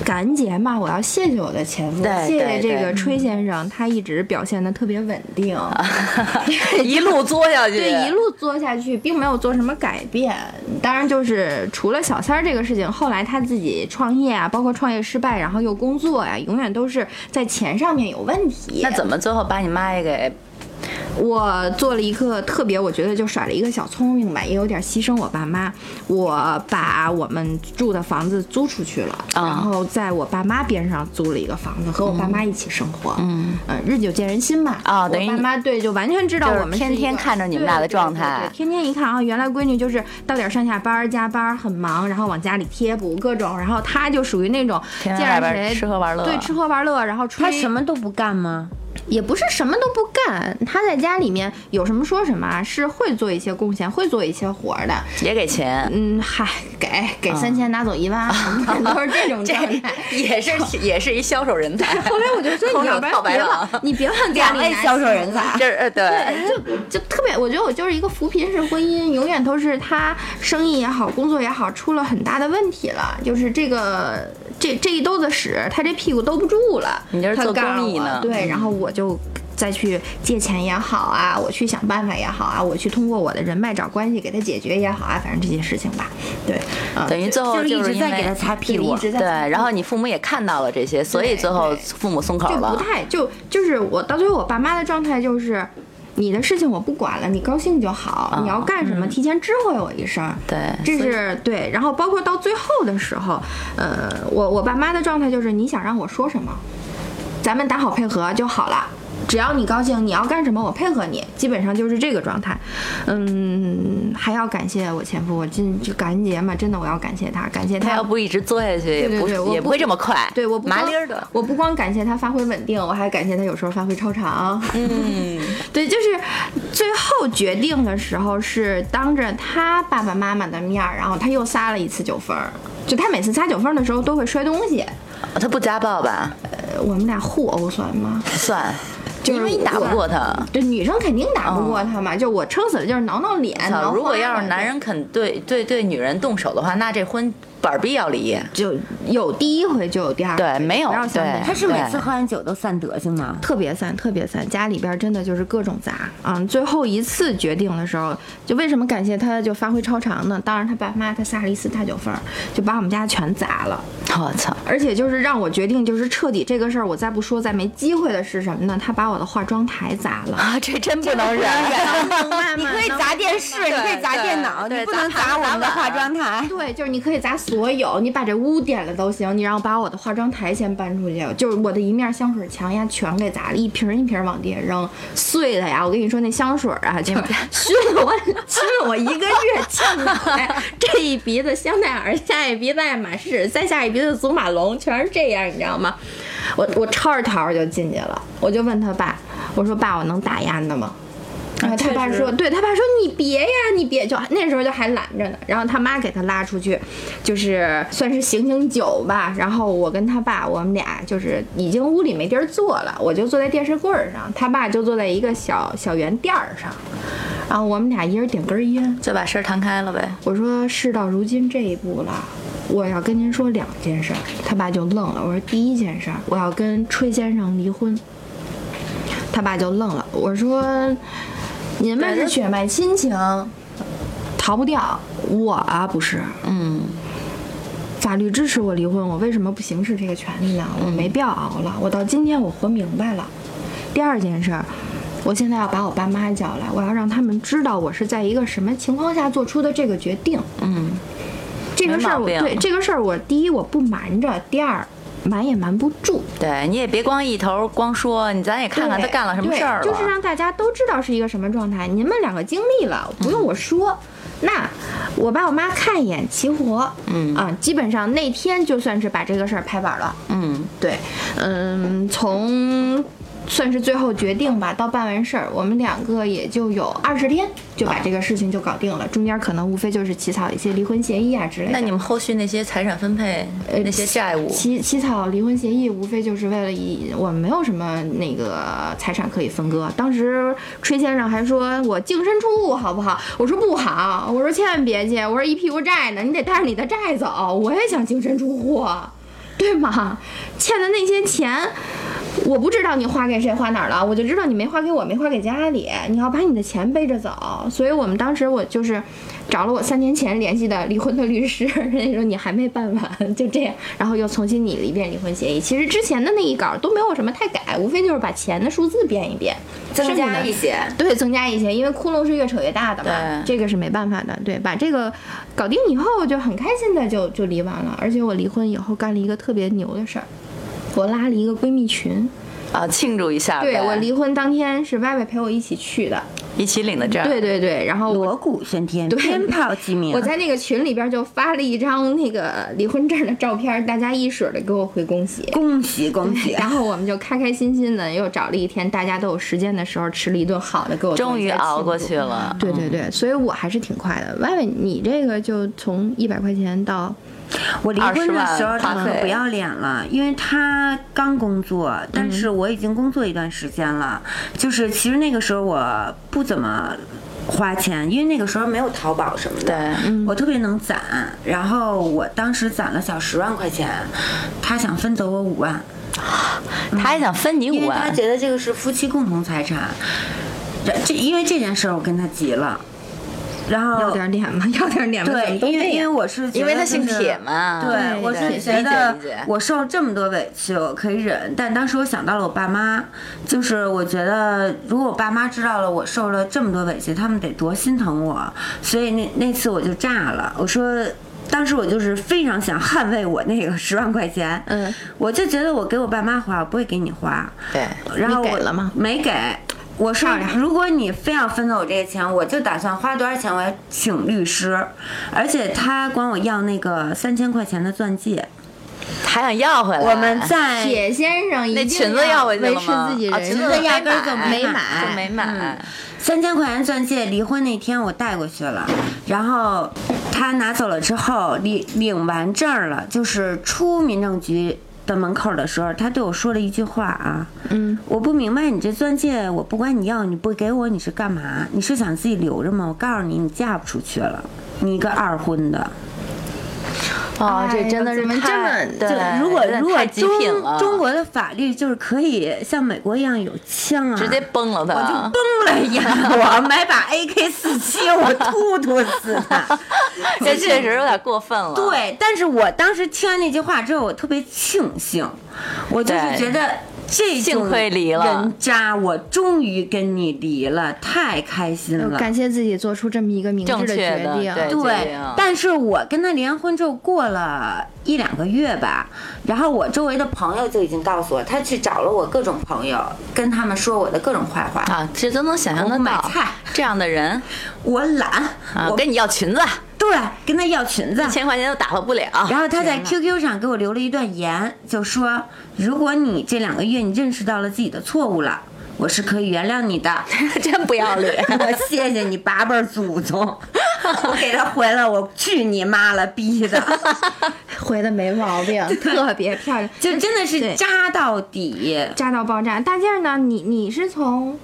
Speaker 1: 感恩节嘛，我要谢谢我的前夫，
Speaker 3: 对
Speaker 1: 谢谢
Speaker 3: 对
Speaker 1: 这
Speaker 3: 对
Speaker 1: 个崔先生，他一直表现的特别稳 定，
Speaker 3: 一路作下去，
Speaker 1: 对，一路作下去，并没有做什么改变。当然，就是除了小三儿这个事情，后来他自己创业啊，包括创业失败，然后又工作呀、永远都是在钱上面有问题。
Speaker 3: 那怎么最后把你妈也给
Speaker 1: 我做了一个特别，我觉得就耍了一个小聪明吧，也有点牺牲我爸妈。我把我们住的房子租出去了，
Speaker 3: 啊
Speaker 1: 然后在我爸妈边上租了一个房子，和我爸妈一起生活。嗯，呃，日久见人心嘛。
Speaker 3: 啊
Speaker 1: 我
Speaker 3: 等于
Speaker 1: 爸
Speaker 3: 你
Speaker 1: 妈对就完全知道
Speaker 3: 就是
Speaker 1: 我们
Speaker 3: 天
Speaker 1: 是一
Speaker 3: 天
Speaker 1: 个
Speaker 3: 看着你们
Speaker 1: 对
Speaker 3: 俩的
Speaker 1: 对对
Speaker 3: 状
Speaker 1: 对
Speaker 3: 态
Speaker 1: 对天天一看啊，原来闺女就是到点儿上下班儿加班儿很忙，然后往家里贴补各种，然后她就属于那种
Speaker 3: 天
Speaker 1: 见
Speaker 3: 天外
Speaker 1: 着
Speaker 3: 边
Speaker 1: 谁
Speaker 3: 吃喝玩乐
Speaker 1: 对吃喝玩乐，然后
Speaker 2: 他
Speaker 1: 穿
Speaker 2: 什么都不干吗？
Speaker 1: 也不是什么都不干，他在家里面有什么说什么啊，是会做一些贡献，会做一些活儿的。
Speaker 3: 也给钱？
Speaker 1: 嗯，嗨，给给三千拿走一 万，都是这种 状态。
Speaker 4: 也是也是一销售人才。
Speaker 1: 后来我就说，你要不然
Speaker 4: 口
Speaker 1: 别
Speaker 4: 表套白
Speaker 1: 往
Speaker 4: 狼
Speaker 1: 你别往家里拿
Speaker 2: 销售人才
Speaker 1: 钱
Speaker 3: 这是呃对，
Speaker 1: 对，就就特别，我觉得我就是一个扶贫式婚姻，永远都是他生意也好，工作也好，出了很大的问题了，就是这个这这一兜子屎，他这屁股兜不住了。
Speaker 3: 你这是
Speaker 1: 他
Speaker 3: 做
Speaker 1: 告诉
Speaker 3: 公益
Speaker 1: 我
Speaker 3: 呢嗯
Speaker 1: 对，然后我就。再去借钱也好啊，我去想办法也好啊，我去通过我的人脉找关系给他解决也好啊，反正这些事情吧，对，嗯
Speaker 3: 等于最后
Speaker 2: 是一
Speaker 3: 是
Speaker 2: 直
Speaker 3: 因
Speaker 2: 在给
Speaker 3: 为
Speaker 2: 他擦屁
Speaker 1: 对
Speaker 2: 股
Speaker 1: 一。直在
Speaker 3: 对，然后你父母也看到了这些，所以
Speaker 1: 对
Speaker 3: 最后
Speaker 1: 对
Speaker 3: 父母松口
Speaker 1: 就不
Speaker 3: 了。
Speaker 1: 太就就是我到最后我爸妈的状态就是，你的事情我不管了，你高兴就好，你要干什么、提前知会我一声。
Speaker 3: 嗯对
Speaker 1: 这
Speaker 3: 所以
Speaker 1: 是对。然后包括到最后的时候，呃，我我爸妈的状态就是你想让我说什么，咱们打好配合就好了。只要你高兴，你要干什么我配合你，基本上就是这个状态。嗯，还要感谢我前夫，我今就感恩节嘛，真的我要感谢他，感谢
Speaker 3: 他要不一直做下去，也
Speaker 1: 对
Speaker 3: 不
Speaker 1: 对我
Speaker 3: 也
Speaker 1: 不
Speaker 3: 不会这么快。
Speaker 1: 对，我不
Speaker 3: 麻
Speaker 1: 光
Speaker 3: 利儿的。
Speaker 1: 我不光感谢他发挥稳定，我还感谢他有时候发挥超常。
Speaker 3: 嗯，
Speaker 1: 对，就是最后决定的时候是当着他爸爸妈妈的面儿，然后他又撒了一次酒疯儿。就他每次撒酒疯儿的时候都会摔东西，
Speaker 3: 他不家暴吧？
Speaker 1: 呃，我们俩互殴算吗？
Speaker 3: 算，
Speaker 1: 就是
Speaker 3: 因为你打不
Speaker 1: 我
Speaker 3: 过他。
Speaker 1: 对，女生肯定打不过他嘛。就我撑死了就是挠挠脸，挠
Speaker 3: 哦操！如果
Speaker 1: 花
Speaker 3: 要
Speaker 1: 了
Speaker 3: 是男人肯对对对女人动手的话，那这婚板必要离。
Speaker 1: 就有第一回就有第二回，
Speaker 3: 对没有
Speaker 1: 不要相信
Speaker 3: 对
Speaker 1: 他
Speaker 2: 他是每次喝完酒都散德行吗？
Speaker 1: 特别散，特别散，家里边儿真的就是各种杂。嗯，最后一次决定的时候，就为什么感谢他就发挥超常呢？当然他爸妈他撒了一次大酒疯儿，就把我们家全砸了。
Speaker 3: 我 操！
Speaker 1: 而且就是让我决定就是彻底这个事儿，我再不说再没机会的是什么呢？他把我的化妆台砸了。
Speaker 3: 啊，这真不能忍。
Speaker 1: 你
Speaker 2: 你可以砸电视，你可以砸电脑，
Speaker 3: 对
Speaker 2: 你不
Speaker 3: 砸
Speaker 2: 能
Speaker 3: 盘
Speaker 2: 砸
Speaker 3: 子
Speaker 2: 我们的
Speaker 3: 砸碗
Speaker 2: 化妆台。
Speaker 1: 对，就是你可以砸所有，你把这屋点了都行，你让我把我的化妆台先搬出去，就是我的一面香水墙呀，全给砸了，一瓶儿一瓶儿往地下扔，碎的呀！我跟你说，那香水啊，就 熏了我，熏了我一个月，呛的我呀这一鼻子香奈儿，下一鼻子爱马仕，再下一鼻子祖马龙，全是这样，你知道吗？我我抄着条儿就进去了，我就问他爸，我说爸，我能打烟的吗？然啊后他爸说，对他爸说你别呀，你别就那时候就还拦着呢。然后他妈给他拉出去，就是算是醒醒酒吧。然后我跟他爸，我们俩就是已经屋里没地儿坐了，我就坐在电视柜儿上，他爸就坐在一个小小圆垫儿上。啊，我们俩一人顶根烟。
Speaker 4: 就把事儿谈开了呗。
Speaker 1: 我说事到如今这一步了，我要跟您说两件事儿。他爸就愣了。我说第一件事儿，我要跟崔先生离婚。他爸就愣了。我说，你们是血脉亲情，逃不掉。我啊不是，
Speaker 4: 嗯，
Speaker 1: 法律支持我离婚，我为什么不行使这个权利呢？我没必要熬了，我到今天我活明白了。第二件事儿，我现在要把我爸妈叫来，我要让他们知道我是在一个什么情况下做出的这个决定。嗯，这个事儿我
Speaker 4: 没毛病
Speaker 1: 对这个事儿我第一我不瞒着，第二瞒也瞒不住。
Speaker 4: 对，你也别光一头光说，你咱也看看他
Speaker 1: 对
Speaker 4: 干了什么
Speaker 1: 对
Speaker 4: 事儿了。
Speaker 1: 就是让大家都知道是一个什么状态。你们两个经历了，不用我
Speaker 4: 嗯
Speaker 1: 说。那我爸我妈看一眼齐活，嗯啊，基本上那天就算是把这个事儿拍板了。
Speaker 4: 嗯，
Speaker 1: 对，嗯，从算是最后决定吧，到办完事儿，我们两个也就有二十天就
Speaker 4: 啊
Speaker 1: 把这个事情就搞定了。中间可能无非就是起草一些离婚协议啊之类的。
Speaker 4: 那你们后续那些财产分配、
Speaker 1: 呃
Speaker 4: 那些债务，
Speaker 1: 起起草离婚协议，无非就是为了以我们没有什么那个财产可以分割。当时崔先生还说我净身出户好不好？我说不好，我说千万别去，我说一屁股债呢，你得带着你的债走。我也想净身出户，啊对吗？欠的那些钱。我不知道你花给谁花哪儿了，我就知道你没花给我，没花给家里。你要把你的钱背着走，所以我们当时我就是找了我三年前联系的离婚的律师，人家说你还没办完，就这样，然后又重新拟了一遍离婚协议。其实之前的那一稿都没有什么太改，无非就是把钱的数字变一变，
Speaker 4: 增
Speaker 1: 剩下
Speaker 4: 加
Speaker 1: 的
Speaker 4: 一些。
Speaker 1: 对，增加一些，因为窟窿是越扯越大的嘛，
Speaker 4: 对
Speaker 1: 这个是没办法的。对，把这个搞定以后，就很开心的就就离完了。而且我离婚以后干了一个特别牛的事儿，我拉了一个闺蜜群。
Speaker 4: 啊，庆祝一下
Speaker 1: 对
Speaker 4: 呗
Speaker 1: 我离婚当天是歪歪陪我一起去的，
Speaker 4: 一起领的证。
Speaker 1: 对对对，然后我
Speaker 2: 锣鼓喧天，
Speaker 1: 对
Speaker 2: 鞭炮齐鸣。
Speaker 1: 我在那个群里边就发了一张那个离婚证的照片，大家一水的给我回恭喜。
Speaker 2: 恭喜恭喜！
Speaker 1: 然后我们就开开心心的又找了一天，大家都有时间的时候吃了一顿好的，给我
Speaker 4: 终于熬过去
Speaker 1: 了。
Speaker 4: 了。
Speaker 1: 对对对，所以我还是挺快的。歪歪，你这个就从一百块钱到
Speaker 2: 我离婚
Speaker 4: 20
Speaker 2: 的
Speaker 4: 万
Speaker 2: 时候他
Speaker 4: 花
Speaker 2: 可
Speaker 4: 费
Speaker 2: 不要脸了，因为他刚工作，但是
Speaker 4: 嗯
Speaker 2: 我已经工作一段时间了，就是其实那个时候我不怎么。花钱，因为那个时候没有淘宝什么的，
Speaker 4: 嗯
Speaker 2: 我特别能攒。然后我当时攒了小十万块钱，他想分走我五万，
Speaker 4: 他还想分你五
Speaker 2: 因为他
Speaker 4: 万，
Speaker 2: 觉得这个是夫妻共同财产。这这因为这件事儿我跟他急了，然后
Speaker 1: 要点脸吗？ 要点脸吗？怎
Speaker 2: 对
Speaker 1: 么，都
Speaker 2: 因
Speaker 1: 这
Speaker 2: 为因为
Speaker 1: 样
Speaker 2: 我是觉
Speaker 4: 因为
Speaker 2: 得
Speaker 4: 他
Speaker 2: 就
Speaker 4: 姓
Speaker 2: 是
Speaker 4: 铁嘛
Speaker 2: 对，
Speaker 1: 对
Speaker 2: 我
Speaker 1: 对
Speaker 2: 是觉得
Speaker 4: 理解理解
Speaker 2: 我受这么多委屈，我可以忍，但当时我想到了我爸妈，就是我觉得如果我爸妈知道了我受了这么多委屈，他们得多心疼我，所以那那次我就炸了，我说。当时我就是非常想捍卫我那个十万块钱，
Speaker 1: 嗯，
Speaker 2: 我就觉得我给我爸妈花，我不会给你花，
Speaker 4: 对，
Speaker 2: 然后
Speaker 1: 你给
Speaker 2: 我
Speaker 1: 了吗
Speaker 2: 没给。我说
Speaker 1: 漂，亮
Speaker 2: 如果你非要分走我这个钱，我就打算花多少钱，我要请律师，而且他管我要那个三千块钱的钻戒。
Speaker 4: 还想要回来。
Speaker 2: 我们在
Speaker 1: 铁先生一
Speaker 4: 那
Speaker 1: 定
Speaker 4: 裙子要回去
Speaker 1: 维
Speaker 4: 了
Speaker 1: 持
Speaker 4: 吗？
Speaker 1: 自己
Speaker 4: 啊
Speaker 1: 人
Speaker 4: 裙
Speaker 1: 生。
Speaker 4: 子
Speaker 2: 压根儿就
Speaker 4: 没
Speaker 2: 没
Speaker 4: 就
Speaker 2: 买
Speaker 4: 没买。
Speaker 2: 三千块钱钻戒，离婚那天我带过去了，然后他拿走了之后，领领完证儿了，就是出民政局的门口的时候，他对我说了一句话啊，嗯，我不明白你这钻戒，我不管你要，你不给我，你是干嘛？你是想自己留着吗？我告诉你，你嫁不出去了，你一个二婚的。
Speaker 4: 哦，
Speaker 1: 哎
Speaker 4: 这
Speaker 1: 呦
Speaker 4: 真的是
Speaker 1: 怎么这
Speaker 4: 太
Speaker 1: 么
Speaker 2: 就
Speaker 4: 对，
Speaker 2: 如果
Speaker 4: 真的
Speaker 2: 如果
Speaker 4: 太极
Speaker 2: 中
Speaker 4: 品了
Speaker 2: 中国的法律就是可以像美国一样有枪啊，
Speaker 4: 直接崩了
Speaker 2: 我就
Speaker 4: 他啊
Speaker 2: 崩。了一下，我买把 AK 四七，我突突死他。
Speaker 4: 这确实有点过分了。，
Speaker 2: 对，但是我当时听完那句话之后，我特别庆幸，我就是
Speaker 4: 对
Speaker 2: 觉得这种
Speaker 4: 幸亏离了
Speaker 2: 人渣，我终于跟你离了，太开心
Speaker 1: 就
Speaker 2: 了。
Speaker 1: 感谢自己做出这么一个明智
Speaker 4: 正
Speaker 1: 决
Speaker 4: 确的
Speaker 1: 定。
Speaker 4: 对决
Speaker 2: 对
Speaker 4: 定，
Speaker 2: 但是我跟他离完婚之后过了一两个月吧，然后我周围的朋友就已经告诉我，他去找了我各种朋友，跟他们说我的各种坏话。
Speaker 4: 啊，这都能想象得
Speaker 2: 我不买
Speaker 4: 到
Speaker 2: 菜，
Speaker 4: 这样的人
Speaker 2: 我懒，
Speaker 4: 啊，
Speaker 2: 我
Speaker 4: 跟你要裙子，
Speaker 2: 对跟他要裙子
Speaker 4: 一，千块钱都打发不了。
Speaker 2: 然后他在 QQ 上给我留了一段言，就说：“如果你这两个月你认识到了自己的错误了，我是可以原谅你的。。
Speaker 4: 真不要脸
Speaker 2: 我谢谢你八辈儿祖宗。”我给他回了：“我去你妈了，逼的！
Speaker 1: 回的没毛病，特别漂亮，
Speaker 2: 就真的
Speaker 1: 对
Speaker 2: 是渣到底。
Speaker 1: 扎到爆炸。大件儿呢？你你是从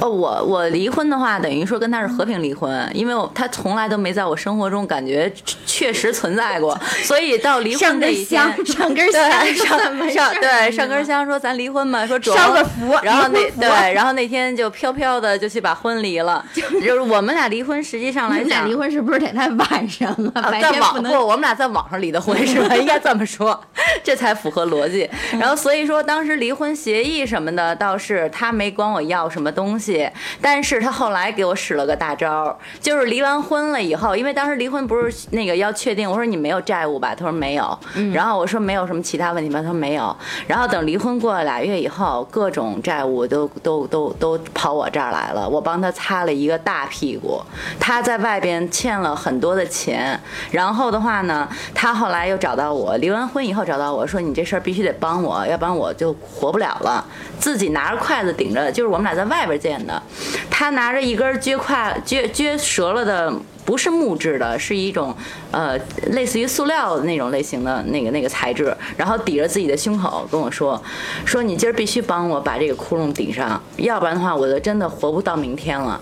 Speaker 3: 哦，我我离婚的话，等于说跟他是和平离婚，因为我他从来都没在我生活中感觉确实存在过，所以到离
Speaker 1: 上
Speaker 3: 婚这
Speaker 1: 根
Speaker 3: 一天，
Speaker 1: 香，上根
Speaker 3: 对，
Speaker 1: 香，怎
Speaker 3: 上
Speaker 1: 么
Speaker 3: 上
Speaker 1: 上
Speaker 3: 对上根香说咱离婚吧，说主要
Speaker 1: 烧个符
Speaker 3: 然后那
Speaker 1: 离婚符
Speaker 3: 对，然后那天就飘飘的就去把婚离了， 就是我们俩离婚，实际上
Speaker 1: 你
Speaker 3: 来
Speaker 1: 们俩
Speaker 3: 讲
Speaker 1: 离。婚是不是得在晚上啊？
Speaker 3: 啊
Speaker 1: 白
Speaker 3: 在
Speaker 1: 天不
Speaker 3: 网
Speaker 1: 能
Speaker 3: 不，我们俩在网上离的婚是 吧？应该这么说，这才符合逻辑。然后所以说，当时离婚协议什么的倒是他没管我要什么东西，但是他后来给我使了个大招儿，就是离完婚了以后，因为当时离婚不是那个要确定，我说你没有债务吧？他说没有。
Speaker 1: 嗯
Speaker 3: 然后我说没有什么其他问题吧？他说没有。然后等离婚过了俩月以后，各种债务都都都都跑我这儿来了，我帮他擦了一个大屁股。他在外边欠了很多的钱，然后的话呢，他后来又找到我，离完婚以后找到我说：“你这事儿必须得帮我，要不然我就活不了了。”自己拿着筷子顶着，就是我们俩在外边见的，他拿着一根撅筷撅撅折了的。不是木质的，是一种，呃，类似于塑料那种类型的那个那个材质，然后抵着自己的胸口跟我说，说你今儿必须帮我把这个窟窿顶上，要不然的话我就真的活不到明天了。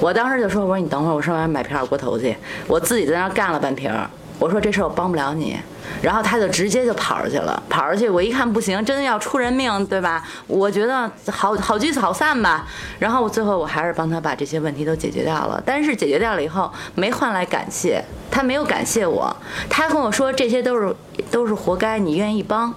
Speaker 3: 我当时就说：“我说你等会儿，我上外面买瓶二锅头去。”我自己在那儿干了半瓶儿。我说这事儿我帮不了你，然后他就直接就跑出去了。跑出去，我一看不行，真的要出人命，对吧？我觉得好好聚好散吧。然后最后我还是帮他把这些问题都解决掉了，但是解决掉了以后没换来感谢，他没有感谢我，他跟我说这些都是都是活该，你愿意帮。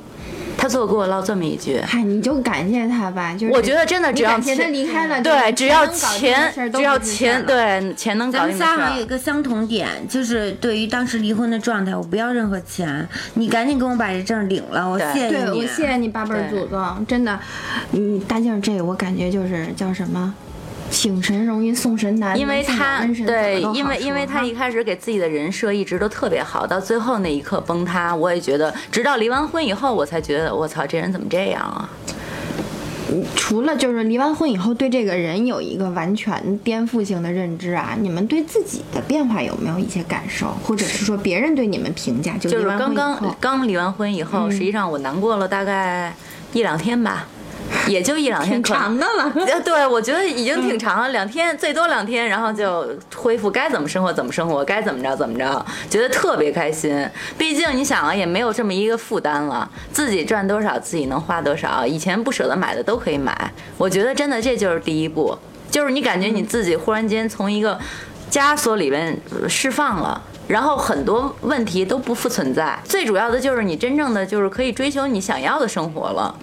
Speaker 3: 他最后给我唠这么一句，
Speaker 1: 嗨，你就感谢他吧。就是
Speaker 3: 我觉得真的
Speaker 1: 你
Speaker 3: 只要
Speaker 1: 感谢他
Speaker 3: 钱
Speaker 1: 离开了，
Speaker 3: 对，只要
Speaker 1: 就是
Speaker 3: 钱，只要钱，，对钱能搞
Speaker 2: 咱
Speaker 3: 定
Speaker 2: 们
Speaker 3: 的
Speaker 2: 仨
Speaker 3: 事
Speaker 2: 好
Speaker 3: 儿
Speaker 2: 像有一个相同点，就是对于当时离婚的状态，我不要任何钱，你赶紧给我把这证领了，我
Speaker 3: 对
Speaker 2: 谢谢
Speaker 1: 能
Speaker 2: 你。
Speaker 1: 搞定的事儿都不是钱了对我谢谢你八辈儿祖宗，真的，嗯，大静儿这我感觉就是叫什么，醒神容易送神难，
Speaker 3: 因为
Speaker 1: 能送
Speaker 3: 他
Speaker 1: 老恩神
Speaker 3: 对
Speaker 1: 早都，好
Speaker 3: 因为因为
Speaker 1: 说啊
Speaker 3: 他
Speaker 1: 哈
Speaker 3: 一开始给自己的人设一直都特别好，到最后那一刻崩塌，我也觉得，直到离完婚以后，我才觉得，我操，这人怎么这样啊？
Speaker 1: 除了就是离完婚以后对这个人有一个完全颠覆性的认知啊，你们对自己的变化有没有一些感受，或者是说别人对你们评价？就
Speaker 3: 就
Speaker 1: 离
Speaker 3: 是
Speaker 1: 完婚
Speaker 3: 刚
Speaker 1: 以
Speaker 3: 刚
Speaker 1: 后嗯
Speaker 3: 刚离完婚以后，实际上我难过了大概一两天吧，也就一两
Speaker 1: 挺
Speaker 3: 天，可
Speaker 1: 长
Speaker 3: 能
Speaker 1: 的了。
Speaker 3: 呃，对，我觉得已经
Speaker 2: 嗯
Speaker 3: 挺长了，两天最多两天，然后就恢复该怎么生活怎么生活，该怎么着怎么着，觉得特别开心。毕竟你想啊，也没有这么一个负担了，自己赚多少自己能花多少，以前不舍得买的都可以买。我觉得真的这就是第一步，就是你感觉
Speaker 2: 嗯
Speaker 3: 你自己忽然间从一个枷锁里面呃释放了。然后很多问题都不复存在，最主要的就是你真正的就是可以追求你想要的生活了。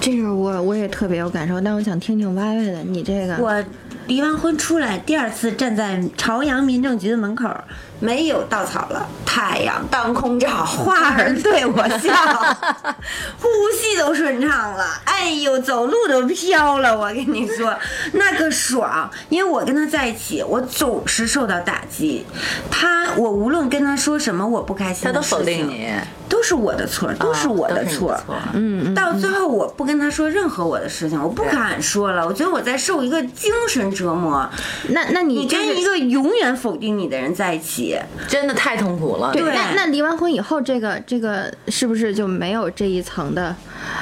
Speaker 1: 这个我我也特别有感受，但我想听听歪歪的，你这个
Speaker 2: 我离完婚出来，第二次站在朝阳民政局的门口，没有稻草了，太阳当空照，花 儿对我笑，呼吸都顺畅了，哎呦，走路都飘了。我跟你说，那个爽！因为我跟他在一起，我总是受到打击。他，我无论跟他说什么，我不开心
Speaker 3: 他
Speaker 2: 的
Speaker 3: 都
Speaker 2: 事情，
Speaker 3: 否定你，啊
Speaker 2: 都是我的错儿，都是我的错儿。
Speaker 3: 都是你的错
Speaker 2: 嗯，到最后我不跟他说任何我的事情，我不敢说了。我觉得我在受一个精神折磨。
Speaker 1: 那那
Speaker 2: 你
Speaker 1: 你就
Speaker 2: 跟一
Speaker 1: 是。
Speaker 2: 个永远否定你的人在一起，
Speaker 3: 真的太痛苦了。
Speaker 1: 对，
Speaker 2: 对
Speaker 1: 那那离完婚以后，这个这个是不是就没有这一层的？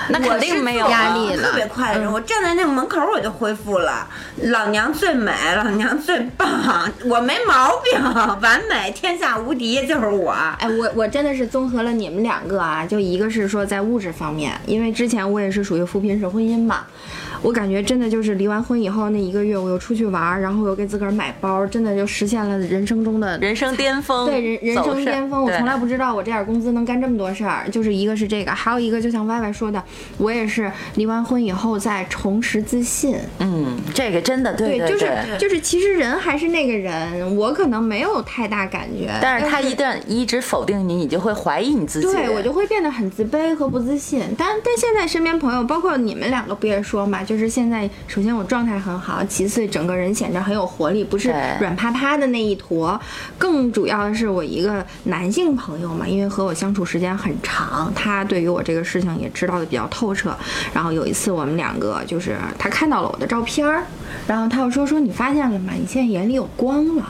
Speaker 3: 那肯定没有啊
Speaker 1: 压力了
Speaker 2: 特别快的人，我站在那个门口我就恢复了。老娘最美，老娘最棒，我没毛病，完美，天下无敌，就是我。
Speaker 1: 哎，我我真的是综合了你们两个啊，就一个是说在物质方面，因为之前我也是属于扶贫式婚姻嘛，我感觉真的就是离完婚以后那一个月，我又出去玩儿，然后我又给自个儿买包，真的就实现了人生中的
Speaker 3: 人生巅峰，
Speaker 1: 对人人
Speaker 3: 走
Speaker 1: 生
Speaker 3: 势
Speaker 1: 巅峰，我
Speaker 3: 对
Speaker 1: 从来不知道我这点工资能干这么多事儿。就是一个是这个，还有一个就像歪歪说的，我也是离完婚以后再重拾自信。
Speaker 3: 嗯，这个真的对对，
Speaker 1: 就是
Speaker 3: 对
Speaker 1: 就是，其实人还是那个人，我可能没有太大感觉，
Speaker 3: 但是他一旦一直否定你，你就会怀疑你自己。
Speaker 1: 对我就会变得很自卑和不自信。但但现在身边朋友，包括你们两个不也说嘛，就是现在首先我状态很好，其次整个人显着很有活力，不是
Speaker 3: 对
Speaker 1: 软趴趴的那一坨。更主要的是我一个男性朋友嘛，因为和我相处时间很长，他对于我这个事情也知道的比较透彻。然后有一次我们两个就是他看到了我的照片儿，然后他又说说你发现了吗？你现在眼里有光了。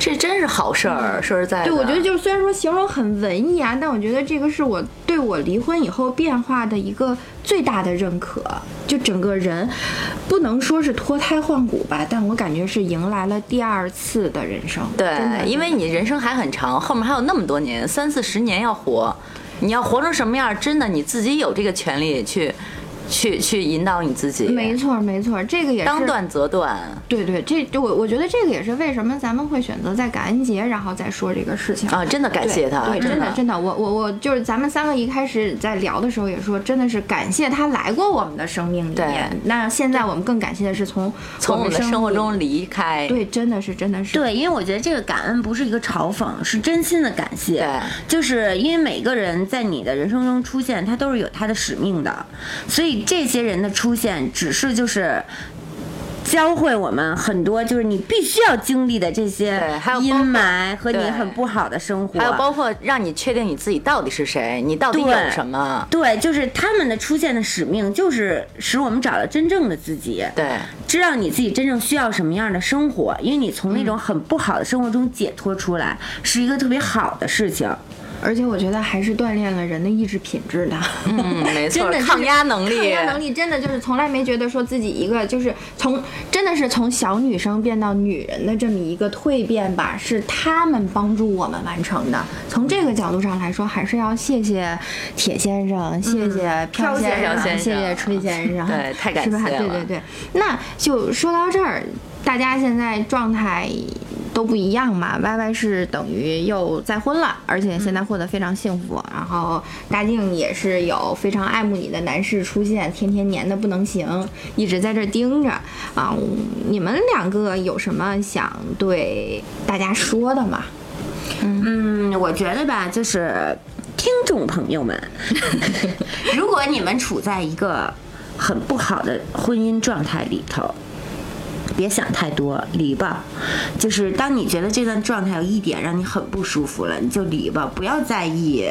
Speaker 3: 这这真是好事儿，说实在的。
Speaker 1: 嗯对，我觉得就是虽然说形容很文艺啊，但我觉得这个是我对我离婚以后变化的一个最大的认可。就整个人不能说是脱胎换骨吧，但我感觉是迎来了第二次的人生。真的
Speaker 3: 对，因为你人生还很长，后面还有那么多年，三四十年要活，你要活成什么样，真的你自己有这个权利去，去去引导你自己。
Speaker 1: 没错没错，这个也是
Speaker 3: 当断则断，
Speaker 1: 对对，这这我我觉得这个也是为什么咱们会选择在感恩节然后再说这个事情
Speaker 3: 啊！真的感谢他，嗯
Speaker 1: 对，真的真的，我我我就是咱们三个一开始在聊的时候也说，真的是感谢他来过我们的生命里
Speaker 3: 对
Speaker 1: 面。那现在我们更感谢的是从
Speaker 3: 从我们的生活
Speaker 1: 命
Speaker 3: 中离开。
Speaker 1: 对，真的是真的是，
Speaker 2: 对，因为我觉得这个感恩不是一个嘲讽，是真心的感谢。
Speaker 3: 对
Speaker 2: 就是因为每个人在你的人生中出现，他都是有他的使命的，所以这些人的出现只是就是。教会我们很多，就是你必须要经历的这些
Speaker 3: 对还有包
Speaker 2: 阴
Speaker 3: 括
Speaker 2: 霾和你
Speaker 3: 对
Speaker 2: 很不好的生活，
Speaker 3: 还有包括让你确定你自己到底是谁，你到底有
Speaker 2: 对
Speaker 3: 什么？
Speaker 2: 对，就是他们的出现的使命，就是使我们找到真正的自己，
Speaker 3: 对，
Speaker 2: 知道你自己真正需要什么样的生活，因为你从那种很不好的生活中解脱出来，是一个特别好的事情。
Speaker 1: 而且我觉得还是锻炼了人的意志品质的。
Speaker 3: 嗯，没错
Speaker 1: 真的，就是
Speaker 3: 抗压能
Speaker 1: 抗
Speaker 3: 力，
Speaker 1: 压能力真的就是从来没觉得说自己一个就是从真的是从小女生变到女人的这么一个蜕变吧，是他们帮助我们完成的。从这个角度上来说，还是要谢谢铁先生，谢谢飘先
Speaker 3: 嗯飘先生
Speaker 1: 谢谢崔先生，
Speaker 3: 对太感
Speaker 1: 是吧
Speaker 3: 谢了
Speaker 1: 对对对，那就说到这儿，大家现在状态。都不一样嘛，Y Y 是等于又再婚了，而且现在过得非常幸福。啊然后大靖也是有非常爱慕你的男士出现，天天黏的不能行，一直在这儿盯着啊。你们两个有什么想对大家说的吗？
Speaker 2: 嗯，我觉得吧，就是听众朋友 们，如果你们处在一个很不好的婚姻状态里头，别想太多，离吧。就是当你觉得这段状态有一点让你很不舒服了，你就离吧，不要在意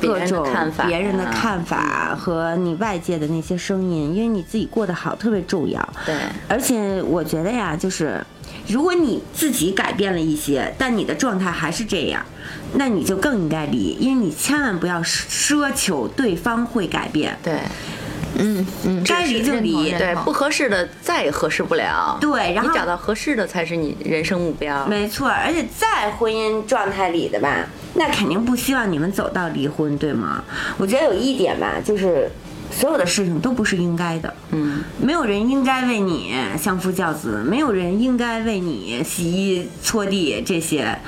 Speaker 2: 各种
Speaker 3: 别人的看法
Speaker 2: 别人的看啊法和你外界的那些声音，因为你自己过得好特别重要。
Speaker 3: 对
Speaker 2: 而且我觉得呀，就是如果你自己改变了一些，但你的状态还是这样，那你就更应该离，因为你千万不要奢奢求对方会改变，
Speaker 3: 对
Speaker 1: 嗯嗯，
Speaker 2: 该离就离
Speaker 1: 认同
Speaker 3: 对
Speaker 1: 认，同
Speaker 3: 不合适的再也合适不了。
Speaker 2: 对然后
Speaker 3: 你找到合适的才是你人生目标。
Speaker 2: 没错，而且在婚姻状态里的吧，那肯定不希望你们走到离婚，对吗？我觉得有一点吧，就是所有的事情都不是应该的，嗯，没有人应该为你相夫教子，没有人应该为你洗衣搓地这些，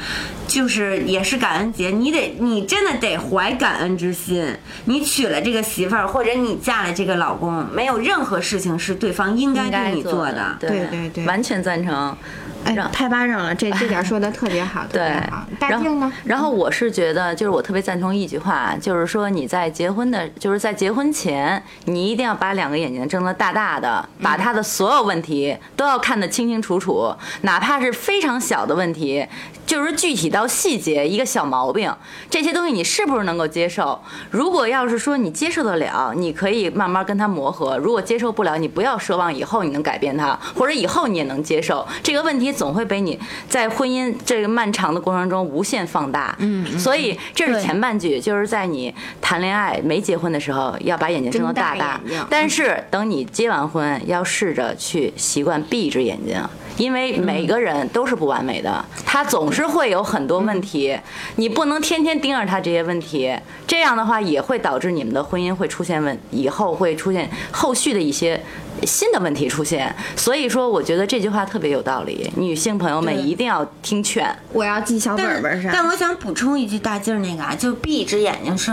Speaker 2: 就是也是感恩节，你得你真的得怀感恩之心，你娶了这个媳妇儿，或者你嫁了这个老公，没有任何事情是对方应该
Speaker 3: 应该
Speaker 2: 对你做
Speaker 3: 做
Speaker 2: 的，
Speaker 3: 对
Speaker 1: 对对对
Speaker 3: 完全赞成。
Speaker 1: 哎
Speaker 3: 让，
Speaker 1: 太巴掌了，这这点说的特别好，特
Speaker 3: 对
Speaker 1: 别好。，大
Speaker 3: 然
Speaker 1: 靖
Speaker 3: 后
Speaker 1: 呢？
Speaker 3: 然后我是觉得，就是我特别赞同一句话，就是说你在结婚的，就是在结婚前，你一定要把两个眼睛睁得大大的，把他的所有问题都要看得清清楚楚，哪怕是非常小的问题，就是具体到细节，一个小毛病，这些东西你是不是能够接受？如果要是说你接受得了，你可以慢慢跟他磨合；如果接受不了，你不要奢望以后你能改变他，或者以后你也能接受。这个问题总会被你在婚姻这个漫长的过程中无限放大。嗯，所以这是前半句，就是在你谈恋爱没结婚的时候，要把眼睛睁得大
Speaker 1: 睁大
Speaker 3: 大
Speaker 1: 眼睛。
Speaker 3: 但是等你结完婚，要试着去习惯闭着眼睛。因
Speaker 2: 嗯
Speaker 3: 为每个人都是不完美的，他总是会有很多问题，
Speaker 2: 嗯
Speaker 3: 你不能天天盯着他这些问题，这样的话也会导致你们的婚姻会出现问，以后会出现后续的一些新的问题出现。所以说，我觉得这句话特别有道理，女性朋友们一定要听劝。
Speaker 1: 我要记小
Speaker 2: 但
Speaker 1: 本本上。
Speaker 2: 但我想补充一句，大劲儿那个啊，就闭一只眼睛是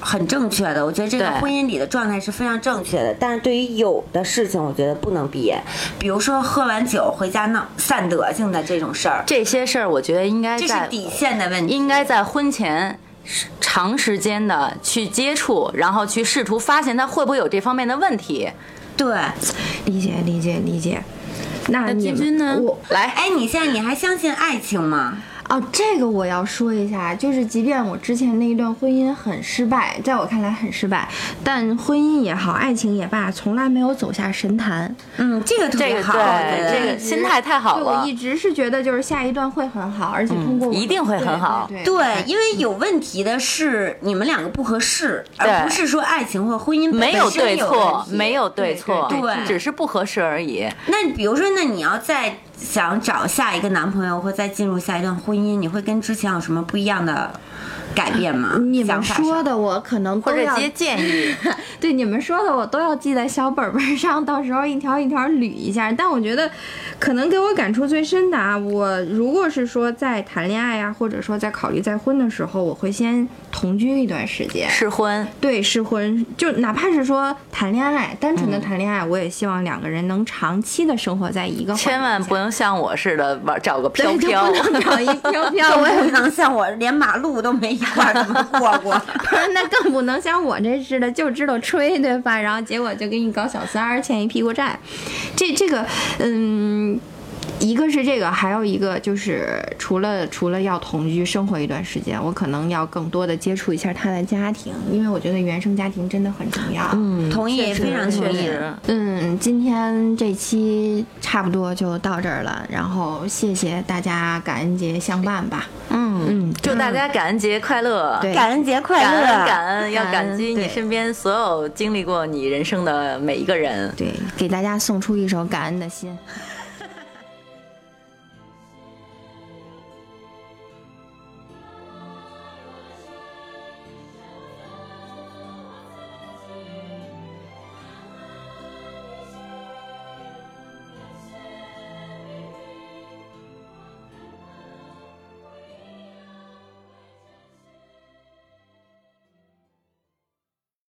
Speaker 2: 很正确的，我觉得这个
Speaker 3: 对
Speaker 2: 婚姻里的状态是非常正确的。但是对于有的事情，我觉得不能闭眼，比如说喝完酒回家闹散德性的这种事儿，
Speaker 3: 这些事儿，我觉得应该
Speaker 2: 这是
Speaker 3: 在
Speaker 2: 底线的问题。
Speaker 3: 应该在婚前是长时间的去接触，然后去试图发现他会不会有这方面的问题。
Speaker 2: 对，
Speaker 3: 嗯
Speaker 1: 理解理解理解。那你
Speaker 3: 君君呢
Speaker 1: 我
Speaker 2: 哎，你现在你还相信爱情吗？
Speaker 1: 哦，这个我要说一下，就是即便我之前那一段婚姻很失败，在我看来很失败，但婚姻也好，爱情也罢，从来没有走下神坛。
Speaker 2: 嗯，这个特
Speaker 3: 这
Speaker 2: 别
Speaker 3: 个
Speaker 2: 好，
Speaker 3: 对哎这个
Speaker 1: 一直
Speaker 3: 心态太好
Speaker 1: 对，我
Speaker 3: 了嗯
Speaker 1: 一，直是觉得就是下一段会很好，而且通过我、
Speaker 3: 一定会很好
Speaker 1: 对对对
Speaker 2: 对，因为有问题的是你们两个不合适，而
Speaker 3: 对
Speaker 2: 不是说爱情或婚姻本
Speaker 3: 没有
Speaker 2: 身
Speaker 3: 对
Speaker 2: 有
Speaker 3: 错
Speaker 2: 问，题
Speaker 3: 没有对
Speaker 1: 对
Speaker 3: 错，
Speaker 2: 对对
Speaker 3: 只是不合适而已。
Speaker 2: 那比如说，那你要再想找下一个男朋友，或再进入下一段婚姻，你会跟之前有什么不一样的改变吗？
Speaker 1: 你
Speaker 2: 想
Speaker 1: 们
Speaker 2: 法
Speaker 1: 说
Speaker 2: 上
Speaker 1: 的我可能
Speaker 4: 或
Speaker 1: 都
Speaker 4: 者
Speaker 1: 要
Speaker 4: 接建议，
Speaker 1: 对你们说的我都要记在小本本上， 到时候一条一条捋一下。但我觉得，可能给我感触最深的啊，我如果是说在谈恋爱呀、啊或者说在考虑再婚的时候，我会先同居一段时间。
Speaker 3: 试婚，
Speaker 1: 对试婚，就哪怕是说谈恋爱，单
Speaker 3: 嗯
Speaker 1: 纯的谈恋爱，我也希望两个人能长期的生活在一个环境
Speaker 3: 千万
Speaker 1: 下
Speaker 3: 不能像我似的玩找个飘
Speaker 1: 对就
Speaker 3: 飘。
Speaker 1: 不能找一 飘飘，我
Speaker 2: 我也
Speaker 1: 也
Speaker 2: 不能像我连马路都没一块儿这么过过。
Speaker 1: 那更不能像我这似的，就知道吹，对吧？然后结果就给你搞小三儿，欠一屁股债。这这个，嗯，一个是这个，还有一个就是除了除了要同居生活一段时间，我可能要更多的接触一下他的家庭，因为我觉得原生家庭真的很重要。嗯
Speaker 2: 同意，非常同意。
Speaker 1: 嗯，今天这期差不多就到这儿了，然后谢谢大家，感恩节相伴吧。嗯嗯，
Speaker 3: 祝大家感恩节快乐！
Speaker 1: 对
Speaker 2: 感恩节快
Speaker 3: 感
Speaker 2: 乐！
Speaker 3: 恩感恩，要
Speaker 1: 感
Speaker 3: 感
Speaker 1: 恩
Speaker 3: 激
Speaker 1: 对
Speaker 3: 你身边所有经历过你人生的每一个人。
Speaker 1: 对，给大家送出一首感恩的心。